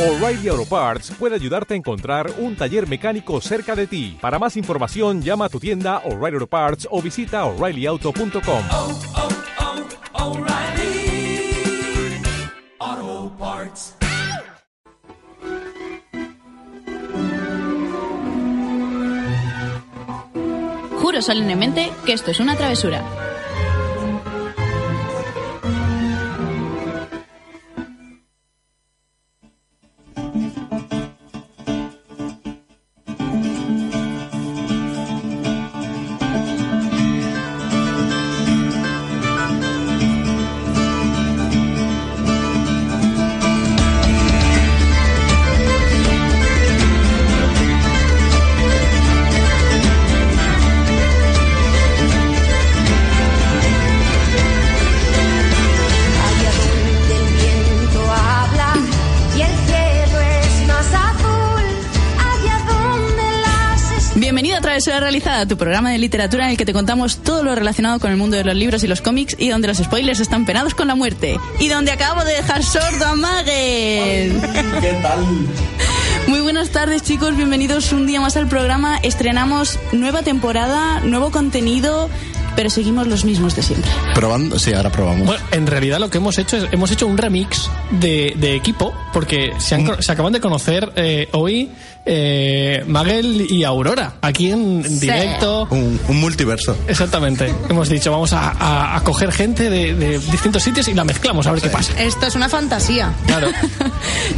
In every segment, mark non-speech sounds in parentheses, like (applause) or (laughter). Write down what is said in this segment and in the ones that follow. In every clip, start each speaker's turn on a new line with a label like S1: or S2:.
S1: O'Reilly Auto Parts puede ayudarte a encontrar un taller mecánico cerca de ti. Para más información, llama a tu tienda O'Reilly Auto Parts o visita oreillyauto.com.
S2: oh, oh, O'Reilly. Auto Parts.
S3: Juro solemnemente que esto es una travesura.
S4: Allá donde el viento habla y el cielo es más azul, allá donde las estrellas
S3: Bienvenido a Travesura Realizada, tu programa de literatura en el que te contamos todo lo relacionado con el mundo de los libros y los cómics y donde los spoilers están penados con la muerte. Y donde acabo de dejar sordo a
S5: (laughs)
S3: Magen.
S5: ¿Qué tal?
S3: Muy buenas tardes chicos, bienvenidos un día más al programa. Estrenamos nueva temporada, nuevo contenido, pero seguimos los mismos de siempre.
S6: Probando, sí, ahora probamos.
S7: Bueno, en realidad lo que hemos hecho es hemos hecho un remix de, de equipo porque se,
S6: Mm.
S7: han co- se acaban de conocer eh, hoy eh, Magel y Aurora aquí en directo.
S6: Un, un multiverso.
S7: Exactamente. Hemos dicho vamos a, a- a coger gente de, de distintos sitios y la mezclamos a ver qué pasa.
S8: Esto es una fantasía.
S7: Claro.
S3: (laughs)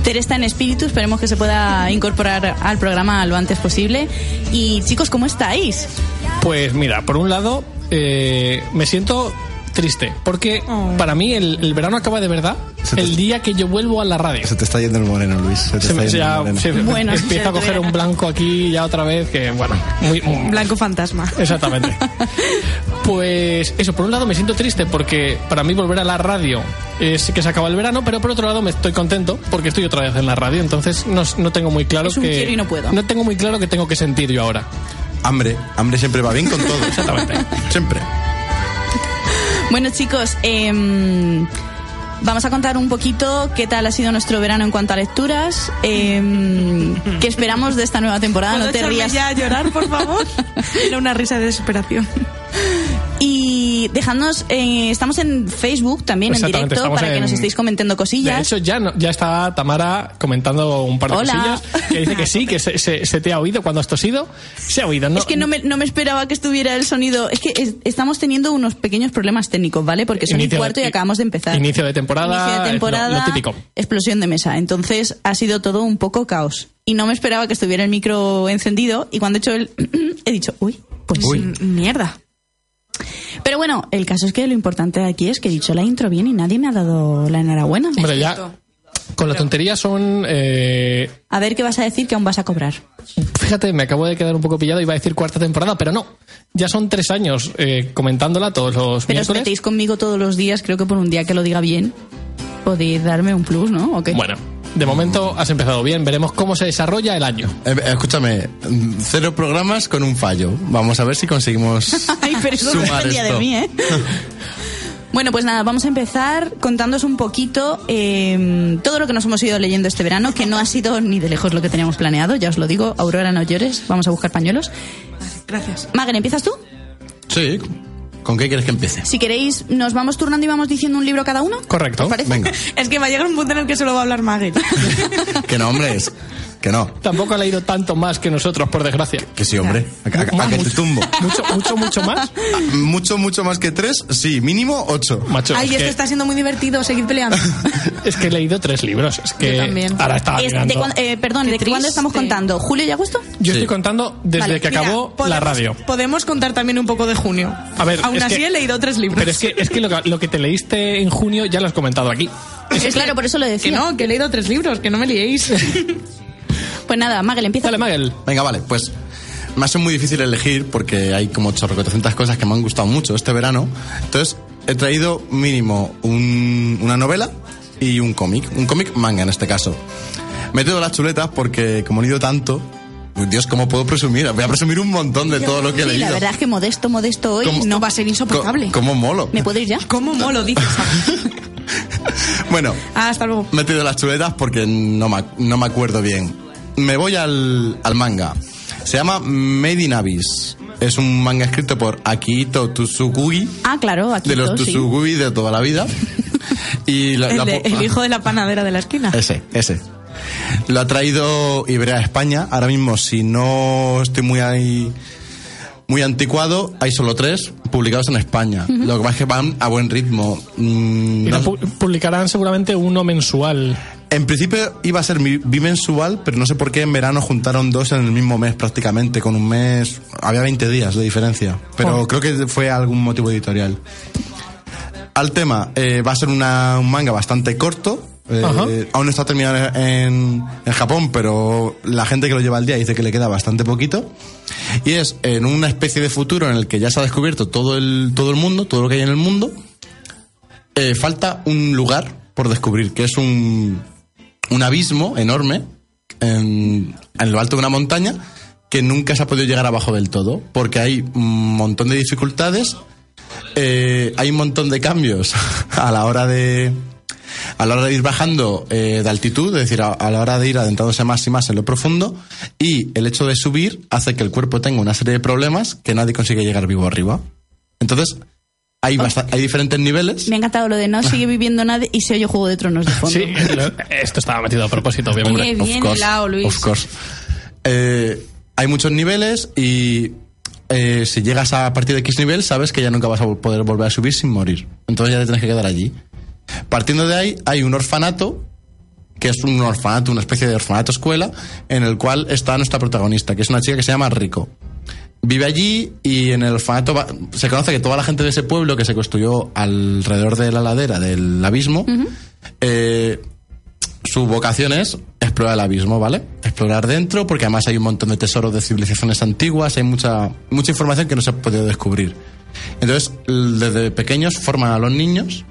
S3: Tere está en espíritu, esperemos que se pueda incorporar al programa lo antes posible. Y chicos, ¿cómo estáis?
S7: Pues mira, por un lado eh, me siento triste porque
S3: Oh.
S7: para mí el, el verano acaba de verdad
S6: Se te-
S7: el día que yo vuelvo a la radio.
S6: Se te está yendo el moreno, Luis. Se te
S7: Se me-
S6: está
S7: ya-
S6: yendo el moreno.
S7: se-
S3: Bueno,
S7: empieza
S3: se
S7: a coger
S3: te-
S7: un blanco aquí ya otra vez que bueno muy, muy-
S8: Blanco fantasma.
S7: exactamente pues eso por un lado me siento triste porque para mí volver a la radio es que se acaba el verano pero por otro lado me estoy contento porque estoy otra vez en la radio entonces no, no tengo muy claro
S3: Es un
S7: que
S3: quiero y no puedo.
S7: tengo muy claro que tengo que sentir yo ahora
S6: Hambre. Hambre siempre va bien con todo.
S7: (laughs) Exactamente.
S6: Siempre.
S3: (laughs) Bueno chicos, em, vamos a contar un poquito qué tal ha sido nuestro verano en cuanto a lecturas, em, qué esperamos de esta nueva temporada, no te
S8: echarme
S3: rías.
S8: ya a llorar,
S3: (laughs)
S8: por favor? Era una risa de desesperación.
S3: Y dejadnos, eh, estamos en Facebook también en directo
S7: Exactamente, estamos
S3: para que
S7: en-
S3: nos estéis comentando
S7: de
S3: cosillas.
S7: hecho ya no- ya está Tamara comentando un par de
S3: Hola.
S7: cosillas que dice que sí que se, se- se te ha oído cuando has tosido se ha oído no,
S3: es que no me, no me esperaba que estuviera el sonido. Es que es- estamos teniendo unos pequeños problemas técnicos, ¿vale? Porque son
S7: Inicio
S3: y
S7: de-
S3: cuarto y acabamos de empezar.
S7: inicio de temporada,
S3: Inicio de
S7: es lo-
S3: temporada,
S7: lo típico.
S3: Explosión de mesa. Entonces ha sido todo un poco caos. Y no me esperaba que estuviera el micro encendido. Y cuando he hecho el. (clears throat) he dicho, uy, pues.
S8: M- Mierda.
S3: Pero bueno, el caso es que lo importante de aquí es que he dicho la intro bien y nadie me ha dado la enhorabuena.
S7: Hombre, ya con la tontería son eh,
S3: A ver qué vas a decir que aún vas a cobrar.
S7: Fíjate, me acabo de quedar un poco pillado. Iba a decir cuarta temporada, pero no. Ya son tres años eh, comentándola todos los
S3: Pero os
S7: miércoles.
S3: metéis conmigo todos los días, creo que por un día que lo diga bien, podéis darme un plus, ¿no?
S8: ¿eh?
S3: ¿O qué?
S7: Bueno, de momento has empezado bien. Veremos cómo se desarrolla el año.
S6: Eh, eh, escúchame. mm, Cero programas con un fallo. Vamos a ver si conseguimos.
S3: (laughs)
S7: (laughs)
S3: Ay, pero eso no
S6: sumar
S3: dependía de
S6: esto.
S3: mí, ¿eh? Bueno, pues nada, vamos a empezar contándoos un poquito eh, todo lo que nos hemos ido leyendo este verano, que no ha sido ni de lejos lo que teníamos planeado, ya os lo digo, Aurora, no llores, vamos a buscar pañuelos.
S8: Gracias.
S3: Magen, ¿empiezas tú?
S6: Sí. ¿Con qué quieres que empiece?
S3: Si queréis, nos vamos turnando y vamos diciendo un libro cada uno.
S7: Correcto.
S3: ¿Os parece?
S6: Venga.
S7: (laughs)
S8: (laughs) Es que va a llegar un punto en el que solo va a hablar Magel.
S6: Que no, hombre. es- Que no.
S7: Tampoco ha leído tanto más que nosotros, por desgracia.
S6: Que sí, hombre. A, a- a que te tumbo.
S7: (laughs) Mucho, mucho, mucho
S8: (laughs)
S7: más.
S6: Mucho, mucho más que tres. Sí, mínimo ocho.
S7: Macho,
S8: Ay,
S7: es,
S8: esto
S7: que,
S8: está siendo muy divertido.
S7: (laughs)
S8: Seguid peleando.
S7: es que he leído tres libros. Es que
S8: Yo también.
S7: ahora estaba
S3: Es de
S7: mirando.
S3: cuan- eh, perdón, ¿de
S8: Qué
S3: cuándo estamos
S8: triste.
S3: contando? ¿Julio y agosto?
S7: Yo
S6: Sí.
S7: estoy contando desde
S3: Vale,
S7: que
S8: Mira,
S7: acabó la
S8: podemos-
S7: radio.
S8: Podemos contar también un poco de junio.
S7: A ver,
S8: Aún
S7: es
S8: así
S7: que-
S8: he leído tres libros.
S7: Pero es que, es que lo, que lo que te leíste en junio ya lo has comentado aquí.
S3: Es claro, por eso lo
S8: Que
S3: decía.
S8: no, que he leído tres libros, que no
S7: (laughs)
S8: me liéis.
S3: Pues nada, Magel, empieza.
S7: Dale, Magel.
S6: Venga, vale, pues me ha sido muy difícil elegir porque hay como 800 cosas que me han gustado mucho este verano. Entonces, he traído mínimo un- una novela y un cómic, un cómic manga en este caso. Me he traído las chuletas porque como he leído tanto, pues, Dios, ¿cómo puedo presumir? Voy a presumir un montón de todo lo que he
S3: sí,
S6: leído.
S3: la verdad es que modesto, modesto hoy
S6: ¿Cómo?
S3: no va a ser
S6: Co-
S3: insoportable.
S6: ¿Cómo molo?
S3: ¿Me puedo ir ya?
S8: ¿Cómo molo dices?
S6: bueno,
S8: Ah, hasta luego.
S6: me he tirado las chuletas porque no me, ac- no me acuerdo bien. Me voy al, al manga. Se llama Made in Abyss. Es un manga escrito por Akihito Tsukugi,
S3: Ah, claro, aquí
S6: de los
S3: sí.
S6: Tsukugi de toda la
S8: (laughs)
S6: vida. Y la- Eh.
S8: El,
S6: la
S8: de-
S6: po-
S8: el hijo de la panadera de la esquina.
S6: (laughs) Ese, ese. Lo ha traído Ibrea a España. Ahora mismo, si no estoy muy ahí- muy anticuado, hay solo tres publicados en España. Lo que pasa es que van a buen ritmo. Mm,
S7: Y
S6: no-
S7: lo pu- publicarán seguramente uno mensual.
S6: en principio iba a ser mi- bimensual, pero no sé por qué en verano juntaron dos en el mismo mes prácticamente, con un mes, había 20 días de diferencia, pero
S7: Oh.
S6: creo que fue algún motivo editorial. Al tema, eh, va a ser una- un manga bastante corto. eh,
S7: Ajá.
S6: aún no está terminado en, en Japón, pero la gente que lo lleva al día dice que le queda bastante poquito. Y es en una especie de futuro en el que ya se ha descubierto todo el, todo el mundo, todo lo que hay en el mundo. Eh, falta un lugar por descubrir, que es un, un abismo enorme en, en lo alto de una montaña que nunca se ha podido llegar abajo del todo, porque hay un montón de dificultades, eh, hay un montón de cambios (laughs) a la hora de a la hora de ir bajando eh, de altitud, es decir, a, a la hora de ir adentrándose más y más en lo profundo, y el hecho de subir hace que el cuerpo tenga una serie de problemas que nadie consigue llegar vivo arriba. Entonces, hay, basta- hay diferentes niveles.
S3: Me ha encantado lo de no sigue viviendo nadie y se oye Juego de Tronos de fondo.
S7: Sí, (laughs) lo- esto estaba metido a propósito,
S8: Qué
S7: obviamente.
S8: Hombre. bien hilado, Luis.
S6: Of course. Eh, hay muchos niveles y eh, si llegas a partir de X nivel, sabes que ya nunca vas a vol- poder volver a subir sin morir. Entonces ya te tienes que quedar allí. Partiendo de ahí, hay un orfanato que es un orfanato, una especie de orfanato escuela, en el cual está nuestra protagonista, que es una chica que se llama Rico. Vive allí y en el orfanato va- se conoce que toda la gente de ese pueblo que se construyó alrededor de la ladera del abismo, eh, su vocación es explorar el abismo, ¿vale? Explorar dentro, porque además hay un montón de tesoros de civilizaciones antiguas, hay mucha, mucha información que no se ha podido descubrir. Entonces, l- desde pequeños forman a los niños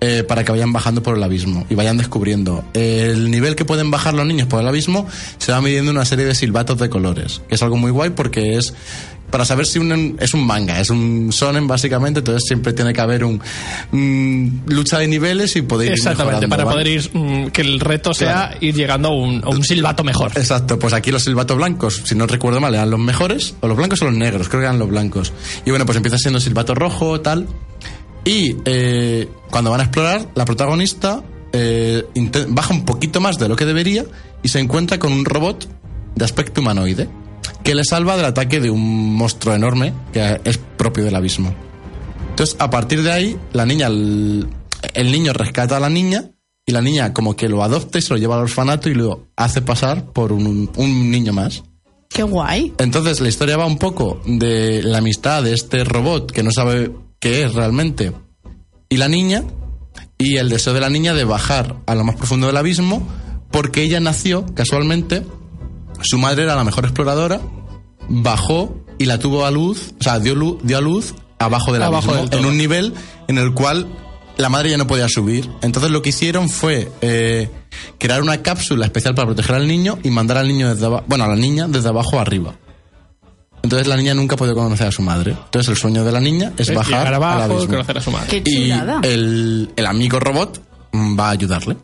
S6: eh, para que vayan bajando por el abismo y vayan descubriendo. El nivel que pueden bajar los niños por el abismo se va midiendo una serie de silbatos de colores, que es algo muy guay porque es para saber si un, es un manga, es un sonen básicamente, entonces siempre tiene que haber un mm, lucha de niveles y poder ir
S7: Exactamente,
S6: mejorando,
S7: para
S6: ¿vale?
S7: poder ir, mm, que el reto sea
S6: Claro.
S7: ir llegando a un, a un silbato mejor.
S6: Exacto, pues aquí los silbatos blancos, si no recuerdo mal, eran los mejores, o los blancos o los negros, creo que eran los blancos. Y bueno, pues empieza siendo silbato rojo, tal. Y eh, cuando van a explorar, la protagonista eh, inte- baja un poquito más de lo que debería y se encuentra con un robot de aspecto humanoide que le salva del ataque de un monstruo enorme que es propio del abismo. Entonces, a partir de ahí, la niña, el, el niño rescata a la niña y la niña como que lo adopta y se lo lleva al orfanato y lo hace pasar por un, un niño más.
S3: Qué guay.
S6: Entonces, la historia va un poco de la amistad de este robot que no sabe qué es realmente y la niña y el deseo de la niña de bajar a lo más profundo del abismo porque ella nació casualmente, su madre era la mejor exploradora, bajó y la tuvo a luz, o sea, dio, lu- dio a luz abajo del
S7: Abajo
S6: abismo,
S7: del todo.
S6: en un nivel en el cual la madre ya no podía subir. Entonces lo que hicieron fue eh, crear una cápsula especial para proteger al niño y mandar al niño desde aba- bueno, a la niña desde abajo arriba. Entonces la niña nunca pudo conocer a su madre. Entonces el sueño de la niña es
S7: Eh,
S6: bajar
S7: llegar
S6: al
S7: abajo,
S6: abismo
S7: conocer a su madre.
S3: Qué
S6: y
S3: chulada.
S6: el, el amigo robot mm, va a ayudarle.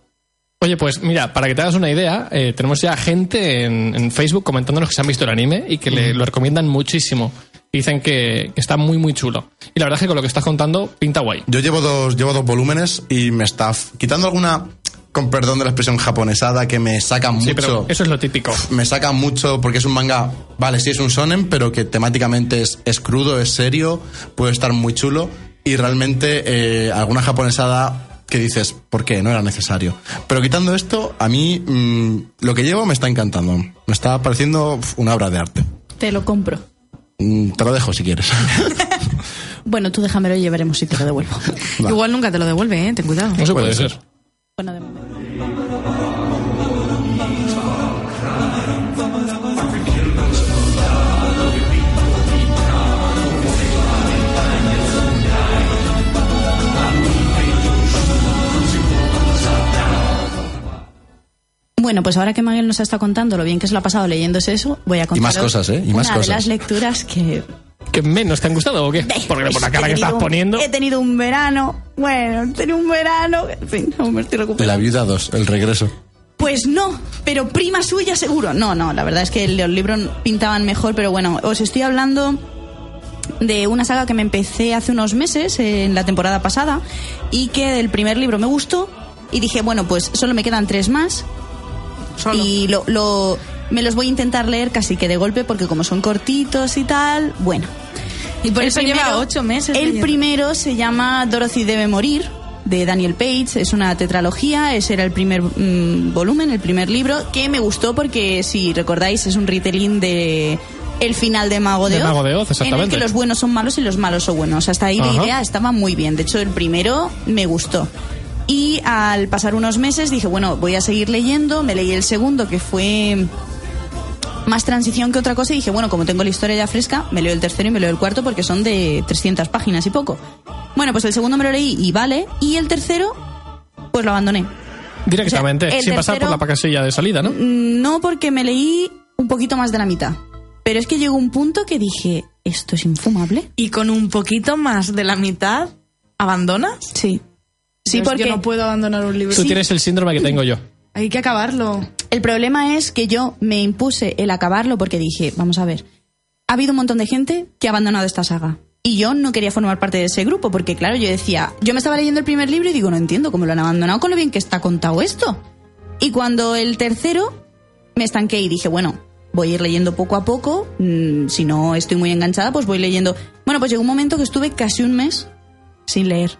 S7: Oye, pues mira, para que te hagas una idea, eh, tenemos ya gente en, en Facebook comentándonos que se han visto el anime y que le, lo recomiendan muchísimo. Dicen que, que está muy, muy chulo. Y la verdad es que con lo que estás contando, pinta guay.
S6: Yo llevo dos, llevo dos volúmenes y me está f- quitando alguna, con perdón de la expresión japonesada, que me saca mucho.
S7: Sí, pero eso es lo típico.
S6: me saca mucho porque es un manga, vale, sí es un sonen, pero que temáticamente es, es crudo, es serio, puede estar muy chulo y realmente eh, alguna japonesada que dices, ¿por qué? No era necesario. Pero quitando esto, a mí mm, lo que llevo me está encantando. Me está pareciendo pf, una obra de arte.
S3: Te lo compro.
S6: Mm, te lo dejo si quieres. (laughs)
S3: Bueno, tú déjamelo y llevaremos si te lo devuelvo.
S6: Va.
S8: Igual nunca te lo devuelve, ¿eh? Ten cuidado.
S7: No se
S6: Puede
S7: puede
S6: ser.
S7: ser.
S3: Bueno, de momento. Bueno, pues ahora que Manuel nos está contando lo bien que se lo ha pasado leyéndose eso, voy a contar
S6: más cosas, ¿eh? Y más
S3: una
S6: cosas.
S3: de las lecturas que
S7: Que que menos te han gustado o qué? Porque por la cara
S3: He
S7: que estás
S3: tenido un-
S7: poniendo.
S3: He tenido un verano. Bueno, he tenido un verano. En fin, aún me estoy recuperando.
S6: La viuda 2, el regreso.
S3: Pues no, pero prima suya seguro. No, no, la verdad es que los libros pintaban mejor, pero bueno, os estoy hablando de una saga que me empecé hace unos meses, eh, en la temporada pasada, y que del primer libro me gustó, y dije, bueno, pues solo me quedan tres más,
S8: Solo.
S3: y lo, lo- me los voy a intentar leer casi que de golpe, porque como son cortitos y tal, bueno.
S8: Y por
S3: El
S8: eso lleva ocho meses
S3: El
S8: leyendo.
S3: primero se llama Dorothy debe morir, de Daniel Page. Es una tetralogía. Ese era el primer mm, volumen, el primer libro, que me gustó porque, si recordáis, es un retelling de el final de Mago de,
S7: De
S3: Oz,
S7: Mago de Oz,
S3: En el
S7: exactamente.
S3: que los buenos son malos y los malos son buenos. Hasta ahí
S7: Ajá.
S3: la idea estaba muy bien. De hecho, el primero me gustó. Y al pasar unos meses dije, bueno, voy a seguir leyendo. Me leí el segundo, que fue más transición que otra cosa y dije, bueno, como tengo la historia ya fresca, me leo el tercero y me leo el cuarto porque son de 300 páginas y poco. Bueno, pues el segundo me lo leí y vale, y el tercero, pues lo abandoné.
S7: Directamente,
S3: O sea, el
S7: sin pasar por
S3: tercero-
S7: la casilla de salida, ¿no?
S3: Mm, No porque me leí un poquito más de la mitad, pero es que llegó un punto que dije, ¿esto es infumable?
S8: Y con un poquito más de la mitad, ¿abandonas?
S3: Sí. Sí,
S8: Dios,
S3: porque
S8: Yo no puedo abandonar un libro.
S7: Tú tienes el síndrome que tengo yo.
S8: Hay que acabarlo.
S3: El problema es que yo me impuse el acabarlo porque dije, vamos a ver, ha habido un montón de gente que ha abandonado esta saga. Y yo no quería formar parte de ese grupo porque, claro, yo decía, yo me estaba leyendo el primer libro y digo, no entiendo cómo lo han abandonado con lo bien que está contado esto. Y cuando el tercero me estanqué y dije, bueno, voy a ir leyendo poco a poco, mm, si no estoy muy enganchada, pues voy leyendo. Bueno, pues llegó un momento que estuve casi un mes sin leer.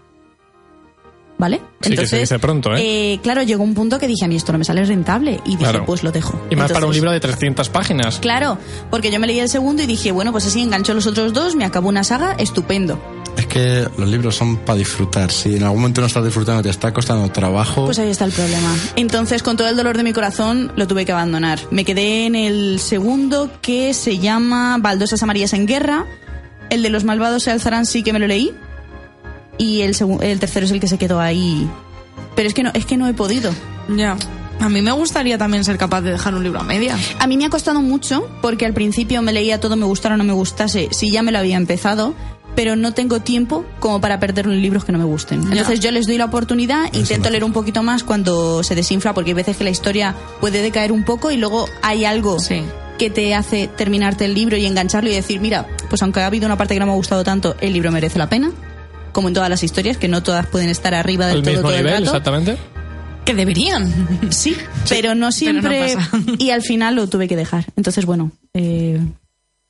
S3: ¿Vale?
S7: Sí, que se dice pronto, ¿eh?
S3: eh, Claro, llegó un punto que dije, a mí esto no me sale rentable. Y dije,
S7: Claro.
S3: pues lo dejo.
S7: Y más para un
S3: Entonces,
S7: libro de 300 páginas.
S3: Claro, porque yo me leí el segundo y dije, bueno, pues así enganchó los otros dos, me acabó una saga, estupendo.
S6: Es que los libros son para disfrutar. Si en algún momento no estás disfrutando, te está costando trabajo.
S3: Pues ahí está el problema. Entonces, con todo el dolor de mi corazón, lo tuve que abandonar. Me quedé en el segundo que se llama Baldosas Amarillas en Guerra. El de los malvados se alzarán sí que me lo leí. Y el, segu- el tercero es el que se quedó ahí. Pero es que no, es que no he podido.
S8: Ya. A mí me gustaría también ser capaz de dejar un libro a media.
S3: A mí me ha costado mucho porque al principio me leía todo me gustara o no me gustase, si ya me lo había empezado, pero no tengo tiempo como para perder en libros que no me gusten. Entonces yo les doy la oportunidad, intento leer un poquito más cuando se desinfla porque hay veces que la historia puede decaer un poco y luego hay algo
S8: Sí.
S3: que te hace terminarte el libro y engancharlo y decir, mira, pues aunque ha habido una parte que no me ha gustado tanto, el libro merece la pena. Como en todas las historias, que no todas pueden estar arriba del
S7: Al
S3: todo
S7: mismo
S3: todo el rato.
S7: nivel, exactamente.
S8: Que deberían. (laughs)
S3: Sí, pero no siempre.
S8: pero no pasa.
S3: y al final lo tuve que dejar. Entonces, bueno, eh,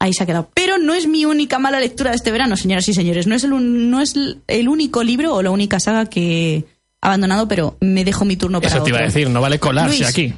S3: ahí se ha quedado. Pero no es mi única mala lectura de este verano, señoras y señores. No es el, un- no es l- el único libro o la única saga que he abandonado, pero me dejo mi turno para
S7: Eso te iba a
S3: otro.
S7: decir, no vale colarse
S3: Luis.
S7: aquí.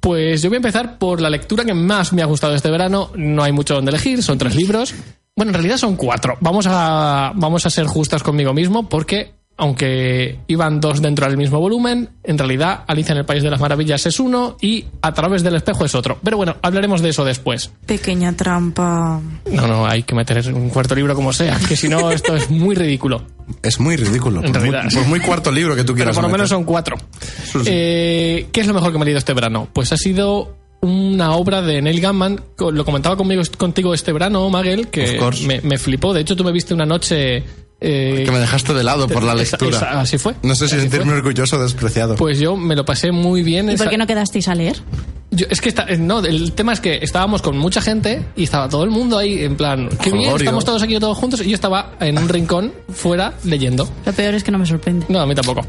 S7: Pues yo voy a empezar por la lectura que más me ha gustado este verano. No hay mucho donde elegir, son tres libros. Bueno, en realidad son cuatro. Vamos a, vamos a ser justas conmigo mismo porque, aunque iban dos dentro del mismo volumen, en realidad Alicia en el País de las Maravillas es uno y A través del espejo es otro. Pero bueno, hablaremos de eso después.
S8: Pequeña trampa.
S7: No, no, hay que meter un cuarto libro como sea, que si no esto es muy ridículo.
S6: Es muy ridículo.
S7: En
S6: por, muy,
S7: realidad.
S6: por muy cuarto libro que tú
S7: Pero
S6: quieras.
S7: por lo
S6: meter.
S7: menos son cuatro.
S6: Sí, sí.
S7: Eh, ¿Qué es lo mejor que me he leído este verano? Pues ha sido una obra de Neil Gaiman. Co- Lo comentaba conmigo, contigo este verano, Magel,
S6: Of
S7: que
S6: course.
S7: me, me flipó. De hecho, tú me viste una noche... eh,
S6: Que me dejaste de lado por la
S7: esa-
S6: lectura.
S7: esa- así fue.
S6: No sé si
S7: Así
S6: sentirme
S7: fue.
S6: orgulloso o despreciado.
S7: Pues yo me lo pasé muy bien.
S3: ¿Y
S7: esa-
S3: por qué no quedasteis a leer?
S7: yo- es que está- eh, no, el tema es que estábamos con mucha gente y estaba todo el mundo ahí en plan, qué bien,
S6: Jolgorio.
S7: estamos todos aquí todos juntos y yo estaba en un rincón fuera leyendo.
S3: Lo peor es que no me sorprende.
S7: No, a mí tampoco.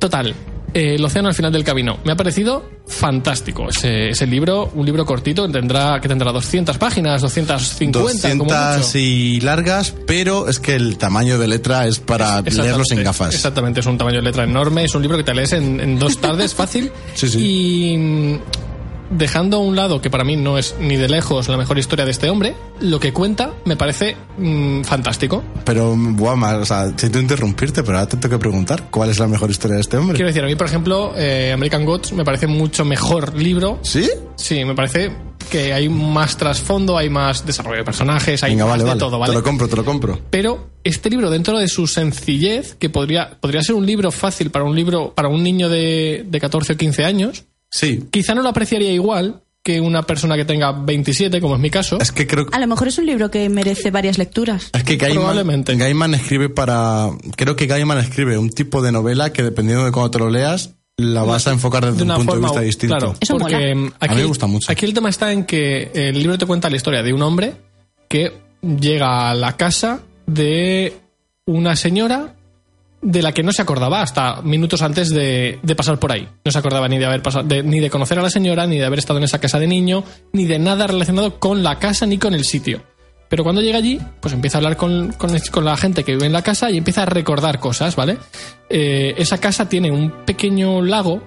S7: Total, eh, El océano al final del camino. Me ha parecido fantástico ese, ese libro, un libro cortito que tendrá, que tendrá 200 páginas, 250 como mucho.
S6: 200 y largas, pero es que el tamaño de letra es para
S7: Exactamente.
S6: leerlo sin gafas.
S7: Exactamente, es un tamaño de letra enorme, es un libro que te lees en, en dos
S6: (laughs)
S7: tardes fácil.
S6: Sí, sí.
S7: Y mm, dejando a un lado, que para mí no es ni de lejos la mejor historia de este hombre, lo que cuenta me parece mm, fantástico.
S6: Pero, guama, o sea, siento interrumpirte, pero ahora te tengo que preguntar cuál es la mejor historia de este hombre.
S7: Quiero decir, a mí, por ejemplo, eh, American Gods me parece mucho mejor libro
S6: ¿Sí?
S7: Sí, me parece que hay más trasfondo, hay más desarrollo de personajes, hay
S6: Venga,
S7: más
S6: vale,
S7: de
S6: vale.
S7: todo, ¿vale?
S6: Te lo compro, te lo compro.
S7: Pero este libro, dentro de su sencillez, que podría, podría ser un libro fácil para un libro, para un niño de, de 14 o 15 años,
S6: Sí.
S7: quizá no lo apreciaría igual, que una persona que tenga 27, como es mi caso.
S6: Es que creo
S3: A lo mejor es un libro que merece varias lecturas.
S6: Es que Gaiman,
S7: Probablemente.
S6: Gaiman escribe para. Creo que Gaiman escribe un tipo de novela que dependiendo de cuando te lo leas, la vas a enfocar desde
S7: de
S6: un
S7: una
S6: punto de
S7: forma
S6: vista
S7: u-
S6: distinto.
S7: Claro,
S3: Eso
S7: porque
S3: mola.
S7: mm,
S6: A mí
S7: aquí,
S6: me gusta mucho.
S7: Aquí el tema está en que el libro te cuenta la historia de un hombre que llega a la casa de una señora de la que no se acordaba hasta minutos antes de, de pasar por ahí. No se acordaba ni de haber pasado, de- ni de conocer a la señora, ni de haber estado en esa casa de niño, ni de nada relacionado con la casa ni con el sitio. Pero cuando llega allí, pues empieza a hablar con, con- con la gente que vive en la casa y empieza a recordar cosas, ¿vale? Eh, esa casa tiene un pequeño lago,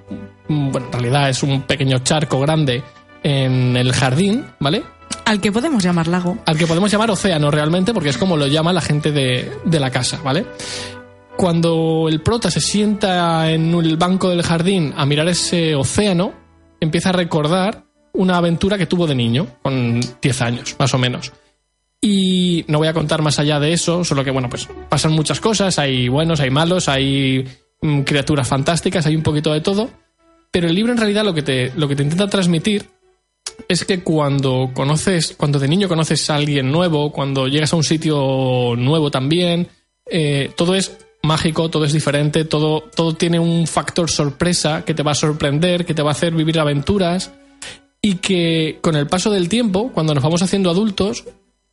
S7: mm, bueno, en realidad es un pequeño charco grande en el jardín, ¿vale?
S8: Al que podemos llamar lago.
S7: al que podemos llamar océano realmente, porque es como lo llama la gente de, de la casa, ¿vale? Cuando el prota se sienta en el banco del jardín a mirar ese océano, empieza a recordar una aventura que tuvo de niño, con 10 años, más o menos. Y no voy a contar más allá de eso, solo que, bueno, pues pasan muchas cosas, hay buenos, hay malos, hay mm, criaturas fantásticas, hay un poquito de todo. Pero el libro en realidad lo que te, lo que te intenta transmitir es que cuando conoces, cuando de niño conoces a alguien nuevo, cuando llegas a un sitio nuevo también, eh, todo es mágico, todo es diferente, todo, todo tiene un factor sorpresa que te va a sorprender, que te va a hacer vivir aventuras y que con el paso del tiempo, cuando nos vamos haciendo adultos,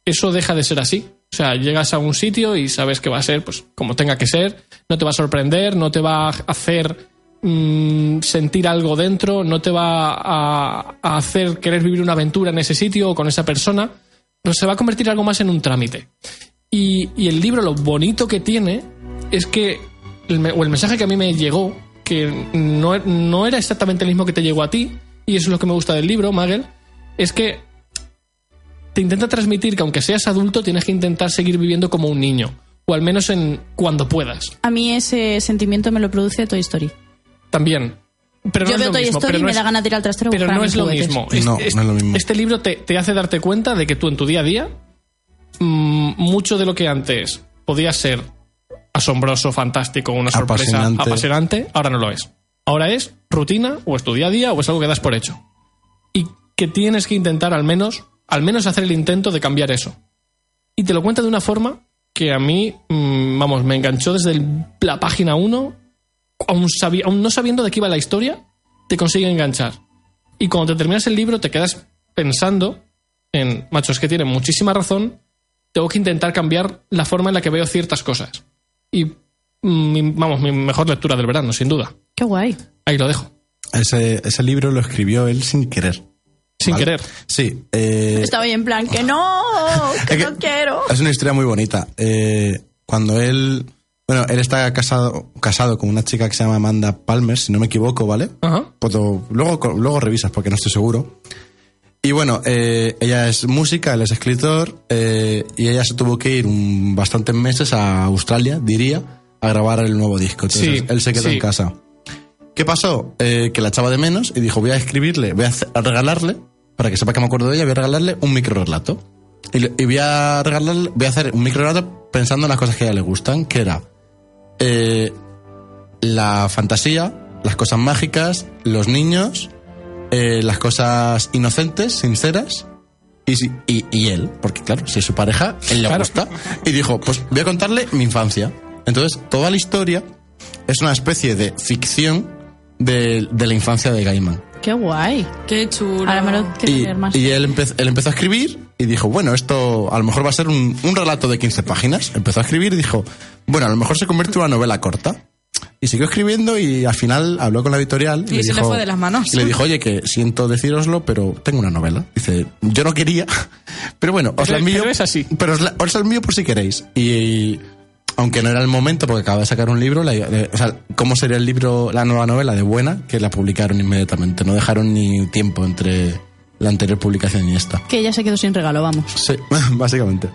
S7: eso deja de ser así. O sea, llegas a un sitio y sabes que va a ser pues como tenga que ser, no te va a sorprender, no te va a hacer mm, sentir algo dentro, no te va a, a hacer querer vivir una aventura en ese sitio o con esa persona, pero se va a convertir algo más en un trámite. Y, y el libro lo bonito que tiene es que, el me- o el mensaje que a mí me llegó, que no, no era exactamente el mismo que te llegó a ti, y eso es lo que me gusta del libro, Magel, es que te intenta transmitir que aunque seas adulto tienes que intentar seguir viviendo como un niño, o al menos en cuando puedas,
S3: A mí ese sentimiento me lo produce Toy Story.
S7: también. Pero no
S3: Yo
S7: es
S3: veo
S7: lo
S3: Toy
S7: mismo,
S3: Story
S7: pero
S3: y
S7: no
S3: me
S7: es-
S3: da ganas de ir al trastero a
S7: pero
S3: buscar
S7: no
S3: mis
S7: es lo
S3: juguetes.
S7: mismo.
S6: No, no es lo mismo.
S7: Este libro te, te hace darte cuenta de que tú en tu día a día, mm, mucho de lo que antes podía ser asombroso, fantástico, una sorpresa
S6: Apasionante.
S7: apasionante. ahora no lo es. Ahora es rutina, o es tu día a día, o es algo que das por hecho. Y que tienes que intentar al menos, al menos hacer el intento de cambiar eso. Y te lo cuenta de una forma que a mí, mm, vamos, me enganchó desde el- la página 1 aún, sabi- aún no sabiendo de qué iba la historia, te consigue enganchar. Y cuando te terminas el libro, te quedas pensando en, macho, es que tiene muchísima razón, tengo que intentar cambiar la forma en la que veo ciertas cosas. Y, mm, mi- vamos, mi mejor lectura del verano, sin duda.
S3: Qué guay.
S7: Ahí lo dejo,
S6: Ese, ese libro lo escribió él sin querer.
S7: sin
S6: ¿vale?
S7: querer.
S6: Sí. eh,
S3: Estaba ahí en plan que no, que
S6: Es que-
S3: no quiero.
S6: Es una historia muy bonita. Eh, cuando él. Bueno, él está casado, casado con una chica que se llama Amanda Palmer, si no me equivoco, ¿vale?
S7: Ajá.
S6: Cuando- luego, luego revisas porque no estoy seguro. Y bueno, eh, ella es música, él es escritor, eh, y ella se tuvo que ir un, bastantes meses a Australia, diría, a grabar el nuevo disco. Entonces
S7: Sí,
S6: él se quedó
S7: sí.
S6: en casa. ¿Qué pasó? Eh, que la echaba de menos y dijo, voy a escribirle, voy a, hacer- a regalarle, para que sepa que me acuerdo de ella, voy a regalarle un microrelato. Y, le- y voy a regalarle, voy a hacer un microrelato pensando en las cosas que a ella le gustan, que era eh, la fantasía, las cosas mágicas, los niños, eh, las cosas inocentes, sinceras. Y, si- y- y él, porque claro, si es su pareja, él le
S7: Claro.
S6: gusta. Y dijo, pues voy a contarle mi infancia. Entonces, toda la historia es una especie de ficción de, de la infancia de Gaiman.
S3: Qué guay.
S8: Qué chulo.
S3: Ahora me lo quiero
S6: Y,
S3: leer más.
S6: y él, empe- él empezó a escribir y dijo, bueno, esto a lo mejor va a ser un, un relato de 15 páginas. Empezó a escribir y dijo, bueno, a lo mejor se convierte en una novela corta. Y siguió escribiendo y al final habló con la editorial.
S8: Y se le fue de las manos.
S6: Y le dijo, oye, que siento decíroslo, pero tengo una novela. Dice, yo no quería, (laughs) pero bueno, os la
S7: Pero-
S6: envío.
S7: pero es así.
S6: Pero os la, os la envío por si queréis. Y, y aunque no era el momento, porque acaba de sacar un libro, la- de- o sea, ¿cómo sería el libro, la nueva novela de Buena? Que la publicaron inmediatamente. No dejaron ni tiempo entre la anterior publicación y esta.
S3: Que ella se quedó sin regalo, vamos.
S6: Sí, (laughs) básicamente.